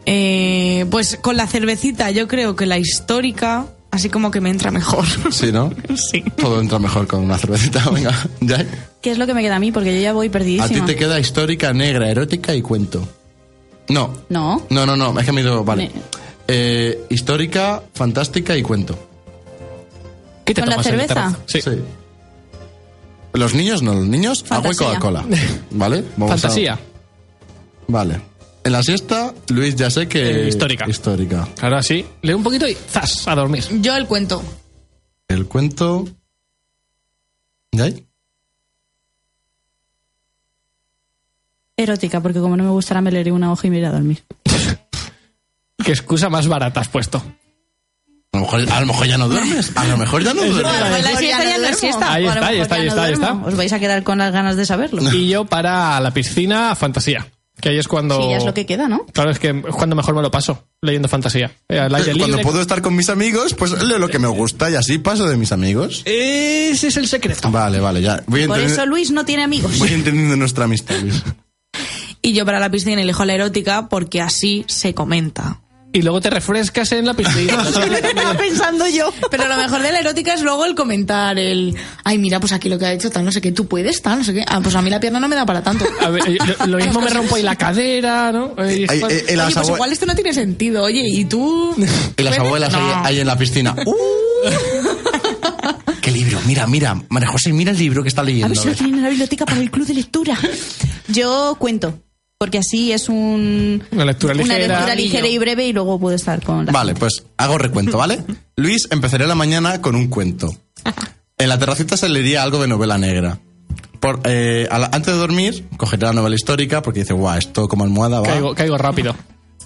S8: Eh, pues con la cervecita, yo creo que la histórica Así como que me
S5: (laughs)
S8: entra mejor.
S6: Sí, ¿no?
S8: sí.
S6: Todo entra mejor con una cervecita. (laughs) Venga, Jack.
S3: ¿Qué es lo que me queda a mí? Porque yo ya voy
S6: A ti
S3: perdidísima.
S6: te queda histórica, negra, erótica y cuento. No.
S3: No.
S6: No, no, no. Es que me he ido- Vale.
S3: Me-
S6: Eh, histórica, fantástica y cuento.
S7: ¿Qué te
S3: ¿Con la
S7: tomas en
S3: cerveza?
S7: terraza? Sí.
S6: Los niños no, los niños agua y
S3: Fantasía.
S7: (laughs)
S6: Coca-Cola. ¿Vale? Vamos a-
S7: Fantasía.
S6: Vale. En la siesta, Luis ya sé que...
S7: Eh, histórica.
S6: Histórica.
S7: Ahora sí, lee un poquito y ¡zas! A dormir.
S5: Yo el cuento.
S6: El cuento... ¿Ya hay?
S3: Erótica, porque como no me gustará me leeré una hoja y me iré a dormir.
S7: ¿Qué excusa más barata has puesto?
S6: A lo, mejor, a lo mejor ya no duermes. A lo mejor (laughs) ya no duermes.
S3: la siesta pues ya no es siesta.
S7: Ahí
S3: o a lo
S7: está, ahí
S3: mejor ya
S7: está, ahí
S3: no
S7: está, ahí
S3: duermo.
S7: está.
S3: Os vais a quedar con las ganas de saberlo.
S7: Y yo para la piscina, fantasía. Que ahí es cuando...
S3: Sí, ya es lo que queda, ¿no?
S7: Claro, es que es cuando mejor me lo paso, leyendo fantasía. Eh, al aire
S6: Cuando
S7: libre.
S6: puedo estar con mis amigos, pues leo lo que me gusta y así paso de mis amigos.
S7: Ese es el secreto.
S6: Vale, vale, ya. Voy
S3: Por
S6: entendiendo,
S3: eso Luis no tiene amigos.
S6: voy entendiendo nuestra (laughs) amistad, Luis.
S8: Y yo para la piscina elijo la erótica porque así se comenta.
S7: Y luego te refrescas en
S6: (laughs)
S7: la piscina.
S5: Estaba pensando yo. Pero lo mejor de la erótica es luego el comentar, el... Ay, mira, pues aquí lo que ha hecho tal, no sé qué, tú puedes tal, no sé qué. Ah, pues a mí la pierna no me da para tanto.
S7: A ver, eh, lo, lo mismo me rompo ahí la cadera, ¿no? Eh,
S6: Hay-
S7: joder.
S6: eh, en,
S5: Oye,
S6: las
S5: pues
S6: abue-
S5: igual esto no tiene sentido. Oye, ¿y tú?
S6: en las abuelas ahí- ahí, en
S3: (laughs)
S6: la piscina. ¡Uh! ¿Qué libro? Mira, mira. María José, mira el libro que
S3: (laughs)
S6: está
S3: A
S6: leyendo.
S3: ver si lo tienen en la biblioteca para el club de lectura. Yo cuento, porque así es un,
S7: Una lectura
S3: una
S7: ligera.
S3: lectura ligera y breve y luego puedo estar con la...
S6: Vale, pues hago recuento,
S7: (laughs)
S6: ¿vale? Luis empezaría la mañana con un cuento. En la terracita se leería algo de novela negra. Por, eh, a la- antes de dormir, cogería la novela histórica porque dice, guau, esto como almohada va.
S7: Caigo, caigo rápido.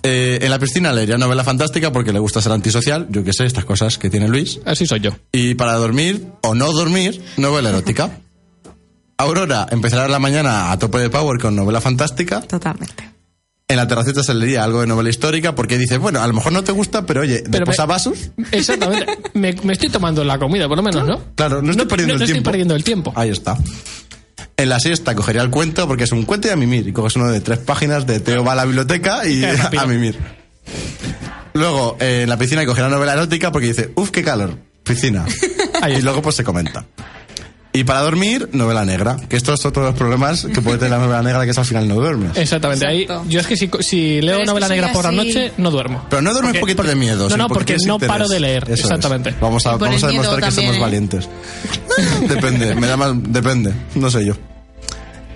S6: Eh, en la piscina leería novela fantástica porque le gusta ser antisocial, yo qué sé, estas cosas que tiene Luis.
S7: Así soy yo.
S6: Y para dormir o no dormir, novela
S7: (laughs)
S6: erótica. Aurora empezará la mañana a tope de power con novela fantástica.
S8: Totalmente.
S6: En la terracita se leería algo de novela histórica porque dice, bueno, a lo mejor no te gusta, pero oye,
S7: Pero
S6: después
S7: me-
S6: a vasos.
S7: Exactamente. Me, me estoy tomando la comida, por lo menos, ¿no?
S6: Claro, no estoy perdiendo el
S7: no
S6: tiempo.
S7: estoy perdiendo el tiempo.
S6: Ahí está. En la siesta cogería el cuento porque es un cuento y a mimir. Y coges uno de tres páginas de Teo va a la biblioteca y
S7: Qué (laughs) rápido.
S6: a mimir. Luego, eh, en la piscina cogerá novela erótica porque dice, uff, qué calor, piscina.
S7: (laughs) Ahí
S6: y
S7: está.
S6: luego pues se comenta. Y para dormir, novela negra. Que estos son todos los problemas que puede tener la novela negra, que es al final no
S7: (laughs)
S6: duermes.
S7: Exactamente. Ahí,
S5: Exacto.
S7: yo es que si, si
S5: Pero
S7: leo
S5: es que
S7: novela
S5: soy
S7: negra por la
S5: así.
S7: noche, no duermo.
S6: Pero no duermes porque, te de miedo.
S7: no,
S6: sino
S7: no, porque
S6: tienes
S7: no
S6: interés.
S7: paro de leer,
S6: Eso es.
S7: exactamente.
S6: Vamos a,
S5: Y por
S6: vamos a
S5: el miedo
S6: demostrar que
S5: también,
S6: somos
S5: ¿eh?
S6: valientes. (laughs) depende, me da mal, depende, no sé yo.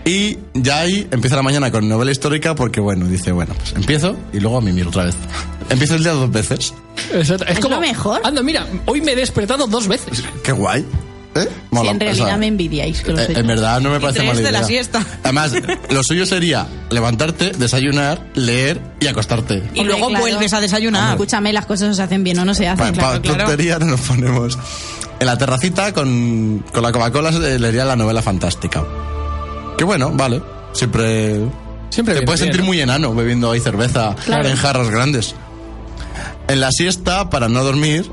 S6: Y ya ahí empieza la mañana con novela histórica porque, bueno, dice, bueno, pues empiezo y luego a mimir otra vez. Empiezo el día dos veces.
S7: Exacto. Es,
S3: Es
S7: como,
S3: lo mejor.
S7: Anda, mira, hoy me he despertado dos veces.
S6: Qué guay. ¿Eh?
S3: Si
S6: Mola,
S3: en
S6: o sea,
S3: realidad me envidiáis. Que lo
S6: eh,
S3: sé yo.
S6: en verdad no me parece
S8: tres
S6: mala
S8: de
S6: idea.
S8: la siesta.
S6: Además, lo suyo sería levantarte, desayunar, leer y acostarte.
S8: Y luego vuelves a desayunar.
S3: Escúchame, las cosas no se hacen bien o no se hacen. claro,
S6: Para,
S3: claro.
S6: tontería no nos ponemos. En la terracita con, con la Coca-Cola eh, leería la novela fantástica. Que bueno, vale. Siempre.
S7: Siempre
S6: Te
S7: viene
S6: puedes
S7: bien,
S6: sentir
S7: ¿no?
S6: muy enano bebiendo ahí cerveza
S7: Claro.
S6: en jarras grandes. En la siesta, para no dormir,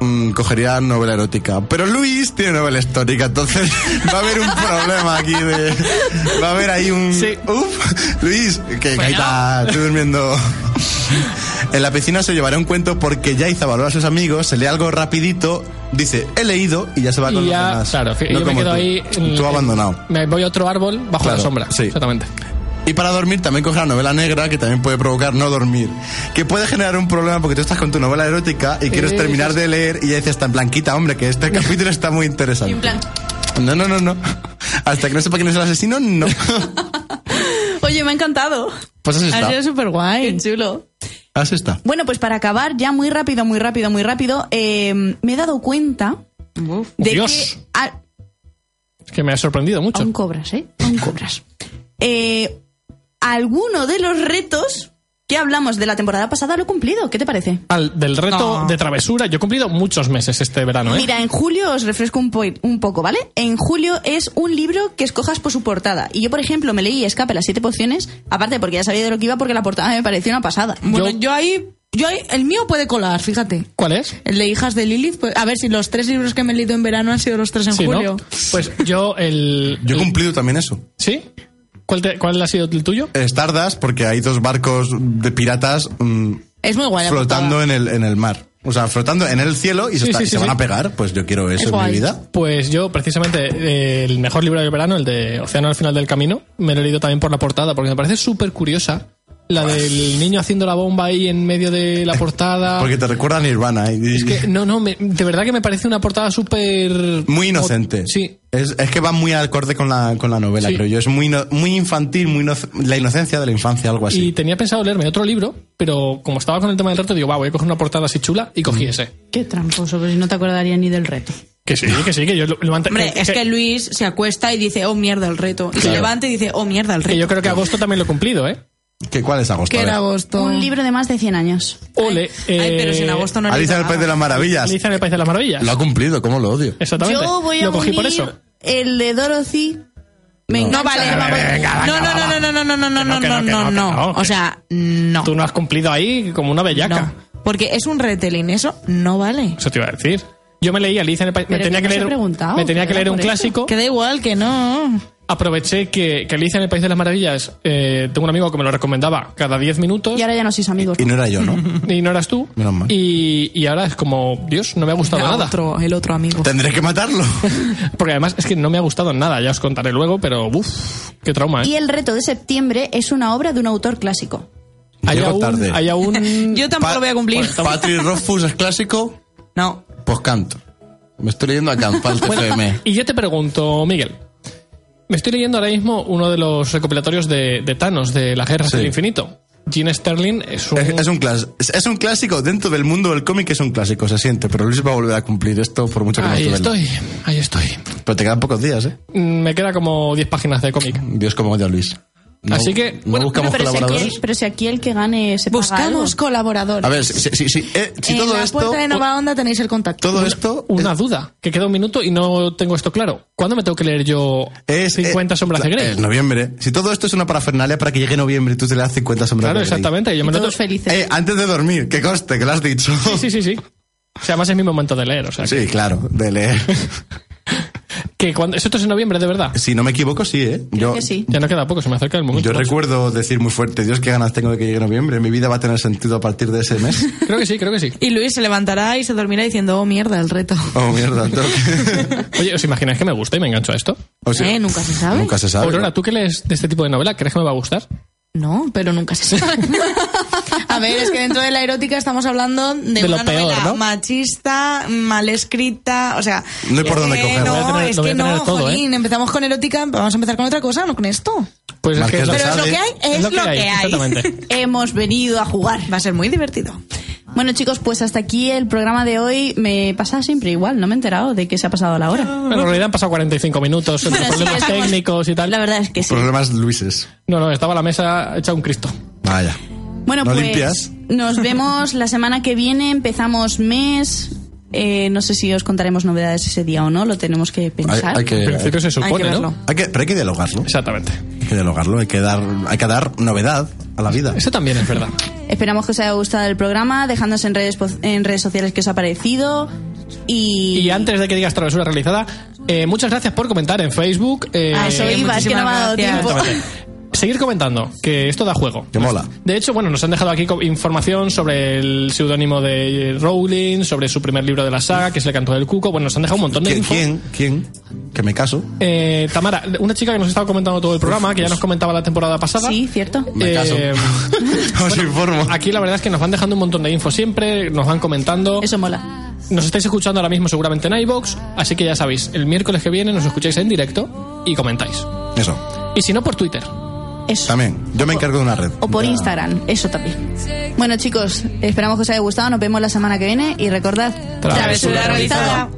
S6: mm, cogería novela erótica. Pero Luis tiene novela histórica, entonces (laughs) va a haber un problema aquí de. Va a haber ahí un.
S7: Sí. Pues
S6: Uf, Luis, que gaita, estoy durmiendo. En la piscina se llevará un cuento porque ya hizo valor a sus amigos, se lee algo rapidito, dice, he leído y ya se va con
S7: Y
S6: los
S7: ya,
S6: demás.
S7: claro, que
S6: No
S7: yo me
S6: como
S7: quedo
S6: tú.
S7: ahí. en-
S6: Tú abandonado.
S7: Me voy a otro árbol bajo
S6: Claro,
S7: la sombra.
S6: sí.
S7: Exactamente.
S6: Y para dormir también coge la novela negra, que también puede provocar no dormir. Que puede generar un problema porque tú estás con tu novela erótica y quieres
S7: Eh,
S6: terminar de leer y ya dices, tan blanquita, hombre, que
S7: (laughs)
S6: este capítulo está muy interesante. No, no, no, no. (laughs) Hasta que no sepa quién es el asesino,
S7: (laughs)
S6: no.
S3: Oye, me ha encantado.
S6: Pues así
S3: Ha
S6: está.
S3: sido súper guay. Qué chulo.
S6: Así está.
S3: Bueno, pues para acabar, ya muy rápido, muy rápido, muy rápido, eh, me he dado cuenta de
S7: Oh, Dios.
S3: que... a-
S7: Es que me ha sorprendido mucho.
S3: Aún cobras, ¿eh? Aún cobras. Eh, alguno de los retos que hablamos de la temporada pasada lo he cumplido. ¿Qué te parece?
S7: Al- del reto
S8: No.
S7: de travesura, yo he cumplido muchos meses este verano, ¿eh?
S3: Mira, en julio os refresco un, po- un poco, ¿vale? En julio es un libro que escojas por su portada. Y yo, por ejemplo, me leí Escape las siete pociones, aparte porque ya sabía de lo que iba porque la portada me pareció una pasada.
S5: Bueno,
S7: Yo-
S5: yo, ahí, yo ahí, el mío puede colar, fíjate.
S7: ¿Cuál es?
S5: El de Hijas de Lilith, pues, a ver si los tres libros que me he leído en verano han sido los tres en
S7: Sí, ¿no?
S5: julio.
S7: Pues yo el...
S6: Yo he cumplido también eso.
S7: ¿Sí? ¿Cuál, te- ¿Cuál ha sido el tuyo?
S6: Estardas, porque hay dos barcos de piratas mm,
S5: Es muy guay. la
S6: flotando
S5: portada.
S6: en el, en el mar. O sea, flotando en el cielo y se,
S7: Sí,
S6: está-
S7: sí,
S6: y
S7: sí,
S6: se van
S7: sí.
S6: a pegar. Pues yo quiero eso
S5: Es
S6: en mi
S5: guay.
S6: vida.
S7: Pues yo, precisamente, eh, el mejor libro del verano, el de Océano al final del camino, me lo he leído también por la portada, porque me parece súper curiosa la del niño haciendo la bomba ahí en medio de la
S6: (laughs)
S7: portada.
S6: Porque te recuerda a Nirvana. y-
S7: Es que, no, no, me- de verdad que me parece una portada súper...
S6: Muy inocente.
S7: Sí,
S6: Es, es que va muy acorde con la, con la novela,
S7: Sí.
S6: creo yo. Es muy, no- muy infantil, muy inoc- la inocencia de la infancia, algo así.
S7: Y tenía pensado leerme otro libro, pero como estaba con el tema del reto, digo, va, voy a coger una portada así chula y cogí ese.
S3: Qué tramposo, pero si no te acordaría ni del reto.
S7: Que sí, que sí, que yo lo, lo ante-
S8: Hombre, es que Luis se acuesta y dice, oh mierda el reto. Y se
S7: Claro.
S8: levanta y dice, oh mierda el
S7: que yo
S8: reto.
S7: creo que agosto también lo he cumplido, ¿eh?
S6: ¿Qué, ¿Cuál es agosto?
S5: Que
S6: A ver.
S5: era agosto.
S3: Un libro de más de 100 años.
S7: Ole.
S8: Ay,
S7: eh,
S8: pero si en agosto no
S6: Alicia en el
S8: leído
S6: País de
S8: nada.
S6: las Maravillas.
S7: Alicia en el País de las Maravillas.
S6: Lo ha cumplido, ¿cómo lo odio?
S7: Exactamente.
S3: Yo voy a
S7: lo cogí
S3: unir
S7: por eso.
S3: el de Dorothy. Me
S8: No
S3: engancha.
S8: vale, vamos. No, no, no, no, no, no, no,
S7: que no,
S8: no, no, no,
S7: que no,
S8: no,
S7: que no,
S8: no.
S7: que-
S8: O sea, no.
S7: Tú no has cumplido ahí como una bellaca.
S8: No. Porque es un retelling, eso no vale.
S7: Eso te iba a decir. Yo me leí Alicia en el País... Me
S3: Pero
S7: tenía
S3: que
S7: que
S3: no os he
S7: leer,
S3: preguntado,
S7: me tenía
S3: que
S7: que
S3: era
S7: leer un
S3: por eso.
S7: clásico.
S8: Que da igual que no.
S7: Aproveché que, que Alicia en el País de las Maravillas... eh, tengo un amigo que me lo recomendaba cada 10 minutos.
S3: Y ahora ya no sois amigos.
S6: Y no era yo, ¿no?
S7: y no eras tú.
S6: Menos mal.
S7: Y, y ahora es como, Dios, no me ha gustado
S8: El
S7: nada.
S8: otro, el otro amigo.
S6: Tendré que matarlo.
S7: Porque además es que no me ha gustado nada, ya os contaré luego, pero uff, qué trauma,
S6: Ah.
S7: ¿eh?
S3: Y el reto de septiembre es una obra de un autor clásico.
S7: Hay
S6: Llego
S7: aún,
S6: tarde.
S7: hay aún-
S8: Yo tampoco
S6: Pa-
S8: lo voy a cumplir.
S6: Patrick Rothfuss es clásico,
S8: No.
S6: pues canto. Me estoy leyendo a Kant, para el TFM.
S7: Y yo te pregunto, Miguel, me estoy leyendo ahora mismo uno de los recopilatorios de, de Thanos, de la Guerra
S6: Sí.
S7: del Infinito. Gene Sterling es un...
S6: Es, es un clas- es, es un clásico dentro del mundo del cómic, es un clásico, se siente. Pero Luis va a volver a cumplir esto por mucho que no
S7: Ahí
S6: esté
S7: estoy, ahí estoy.
S6: Pero te quedan pocos días, ¿eh?
S7: Mm, Me queda como 10 páginas de cómic.
S6: Dios como odio a Luis. No-
S7: Así que,
S6: no
S7: bueno,
S6: buscamos
S3: pero, si
S6: colaboradores.
S3: aquí, pero si aquí el que gane se paga
S5: Buscamos
S3: algo.
S5: colaboradores.
S6: A ver, si, si- si- eh, si
S5: en
S6: todo
S5: la
S6: esto.
S5: puerta de Nova Onda tenéis el contacto.
S6: Todo esto.
S7: Una duda, que queda un minuto y no tengo esto claro. ¿Cuándo me tengo que leer yo
S6: Es,
S7: 50
S6: eh,
S7: sombras de Grey?
S6: Es noviembre. Si todo esto es una parafernalia para que llegue noviembre y tú te leas 50 sombras
S7: claro,
S6: de Grey.
S7: exactamente. Yo me lo
S3: Todos felices.
S6: Eh, antes de dormir, que coste, que lo has
S7: (laughs)
S6: dicho.
S7: Sí, sí, sí. O sea, además es mi momento de leer. O sea,
S6: Sí, claro, de leer.
S7: (laughs) que cuando, esto es en noviembre, de verdad.
S6: Si no me equivoco, sí, ¿eh? yo,
S3: que sí.
S7: Ya no queda poco, se me acerca el momento.
S6: Yo recuerdo decir muy fuerte, Dios, qué ganas tengo de que llegue noviembre. Mi vida va a tener sentido a partir de ese
S7: (laughs)
S6: mes.
S7: Creo que sí, creo que sí.
S8: Y Luis se levantará y se dormirá diciendo, oh mierda el reto.
S6: Oh, mierda. tengo que-
S7: Oye, ¿os imagináis que me gusta y me engancho a esto?
S6: O sea,
S8: Eh, nunca se sabe.
S6: Nunca se sabe.
S7: Aurora, ¿tú qué lees de este tipo de novela? ¿Crees que me va a gustar?
S5: No, pero nunca se
S8: (laughs)
S5: sabe.
S8: A ver, es que dentro de la erótica estamos hablando de,
S7: De lo
S8: una
S7: peor,
S8: novela
S7: ¿no?
S8: machista, mal escrita, o sea...
S6: No hay por
S8: es
S6: dónde
S8: que
S6: cogerlo.
S7: Lo voy a
S8: No,
S7: tener-
S8: es
S7: lo voy a
S8: que
S7: tener
S8: no,
S7: todo, ¿eh?
S8: jolín, empezamos con erótica, vamos a empezar con otra cosa, no con esto.
S7: Pues
S6: Marqués
S7: es que
S6: lo
S7: es
S8: Pero es
S6: sabe.
S8: lo que hay, es, lo que hay.
S7: Exactamente.
S8: (laughs)
S3: Hemos venido a jugar.
S8: Va a ser muy divertido.
S3: Bueno, chicos, pues hasta aquí el programa de hoy. Me pasa siempre igual, no me he enterado de que se ha pasado la hora.
S7: Bueno, en realidad han pasado 45 minutos, entre
S3: Bueno, sí,
S7: problemas
S3: estamos-
S7: técnicos y
S3: La
S7: tal.
S3: verdad es que sí.
S6: Problemas Luises.
S7: No, no, estaba la mesa hecha un Cristo.
S6: Vaya.
S3: Bueno,
S6: ¿No
S3: pues
S6: limpias?
S3: nos vemos la semana que viene, empezamos mes. Eh, no sé si os contaremos novedades ese día o no, lo tenemos que
S6: Hay,
S3: pensar.
S6: hay que.
S7: En principio se
S8: Hay que
S7: supone,
S8: verlo.
S7: ¿no?
S6: hay que- pero hay que dialogarlo.
S7: Exactamente.
S6: Hay que dialogarlo, hay que dar, hay que dar novedad a la vida.
S7: Eso también es verdad.
S3: Esperamos que os haya gustado el programa, dejándonos en redes, po- en redes sociales que os ha parecido. Y,
S7: Y antes de que digas travesura realizada, eh, muchas gracias por comentar en Facebook. eh,
S3: Ah, eso iba, es que no me ha dado
S8: muchísimas
S3: tiempo.
S8: gracias.
S7: Seguir comentando, que esto da juego.
S6: Que mola.
S7: De hecho, bueno, nos han dejado aquí co- información sobre el seudónimo de eh, Rowling, sobre su primer libro de la saga, que es El canto del cuco. Bueno, nos han dejado un montón de
S6: ¿Qui-
S7: info.
S6: ¿Quién? ¿Quién? Que me caso.
S7: Eh, Tamara, una chica que nos estaba comentando todo el programa, que ya nos comentaba la temporada pasada.
S3: Sí, cierto.
S6: Me
S7: Eh,
S6: caso. Os informo.
S7: (laughs) Aquí la verdad es que nos van dejando un montón de info siempre, nos van comentando.
S3: Eso mola.
S7: Nos estáis escuchando ahora mismo seguramente en iBox, así que ya sabéis, el miércoles que viene nos escucháis en directo y comentáis.
S6: Eso.
S7: Y si no, por Twitter.
S3: Eso.
S6: También. Yo me encargo de una red.
S3: O por
S6: Ya.
S3: Instagram, eso también. Bueno, chicos, esperamos que os haya gustado. Nos vemos la semana que viene y recordad:
S7: Travesura
S8: realizada.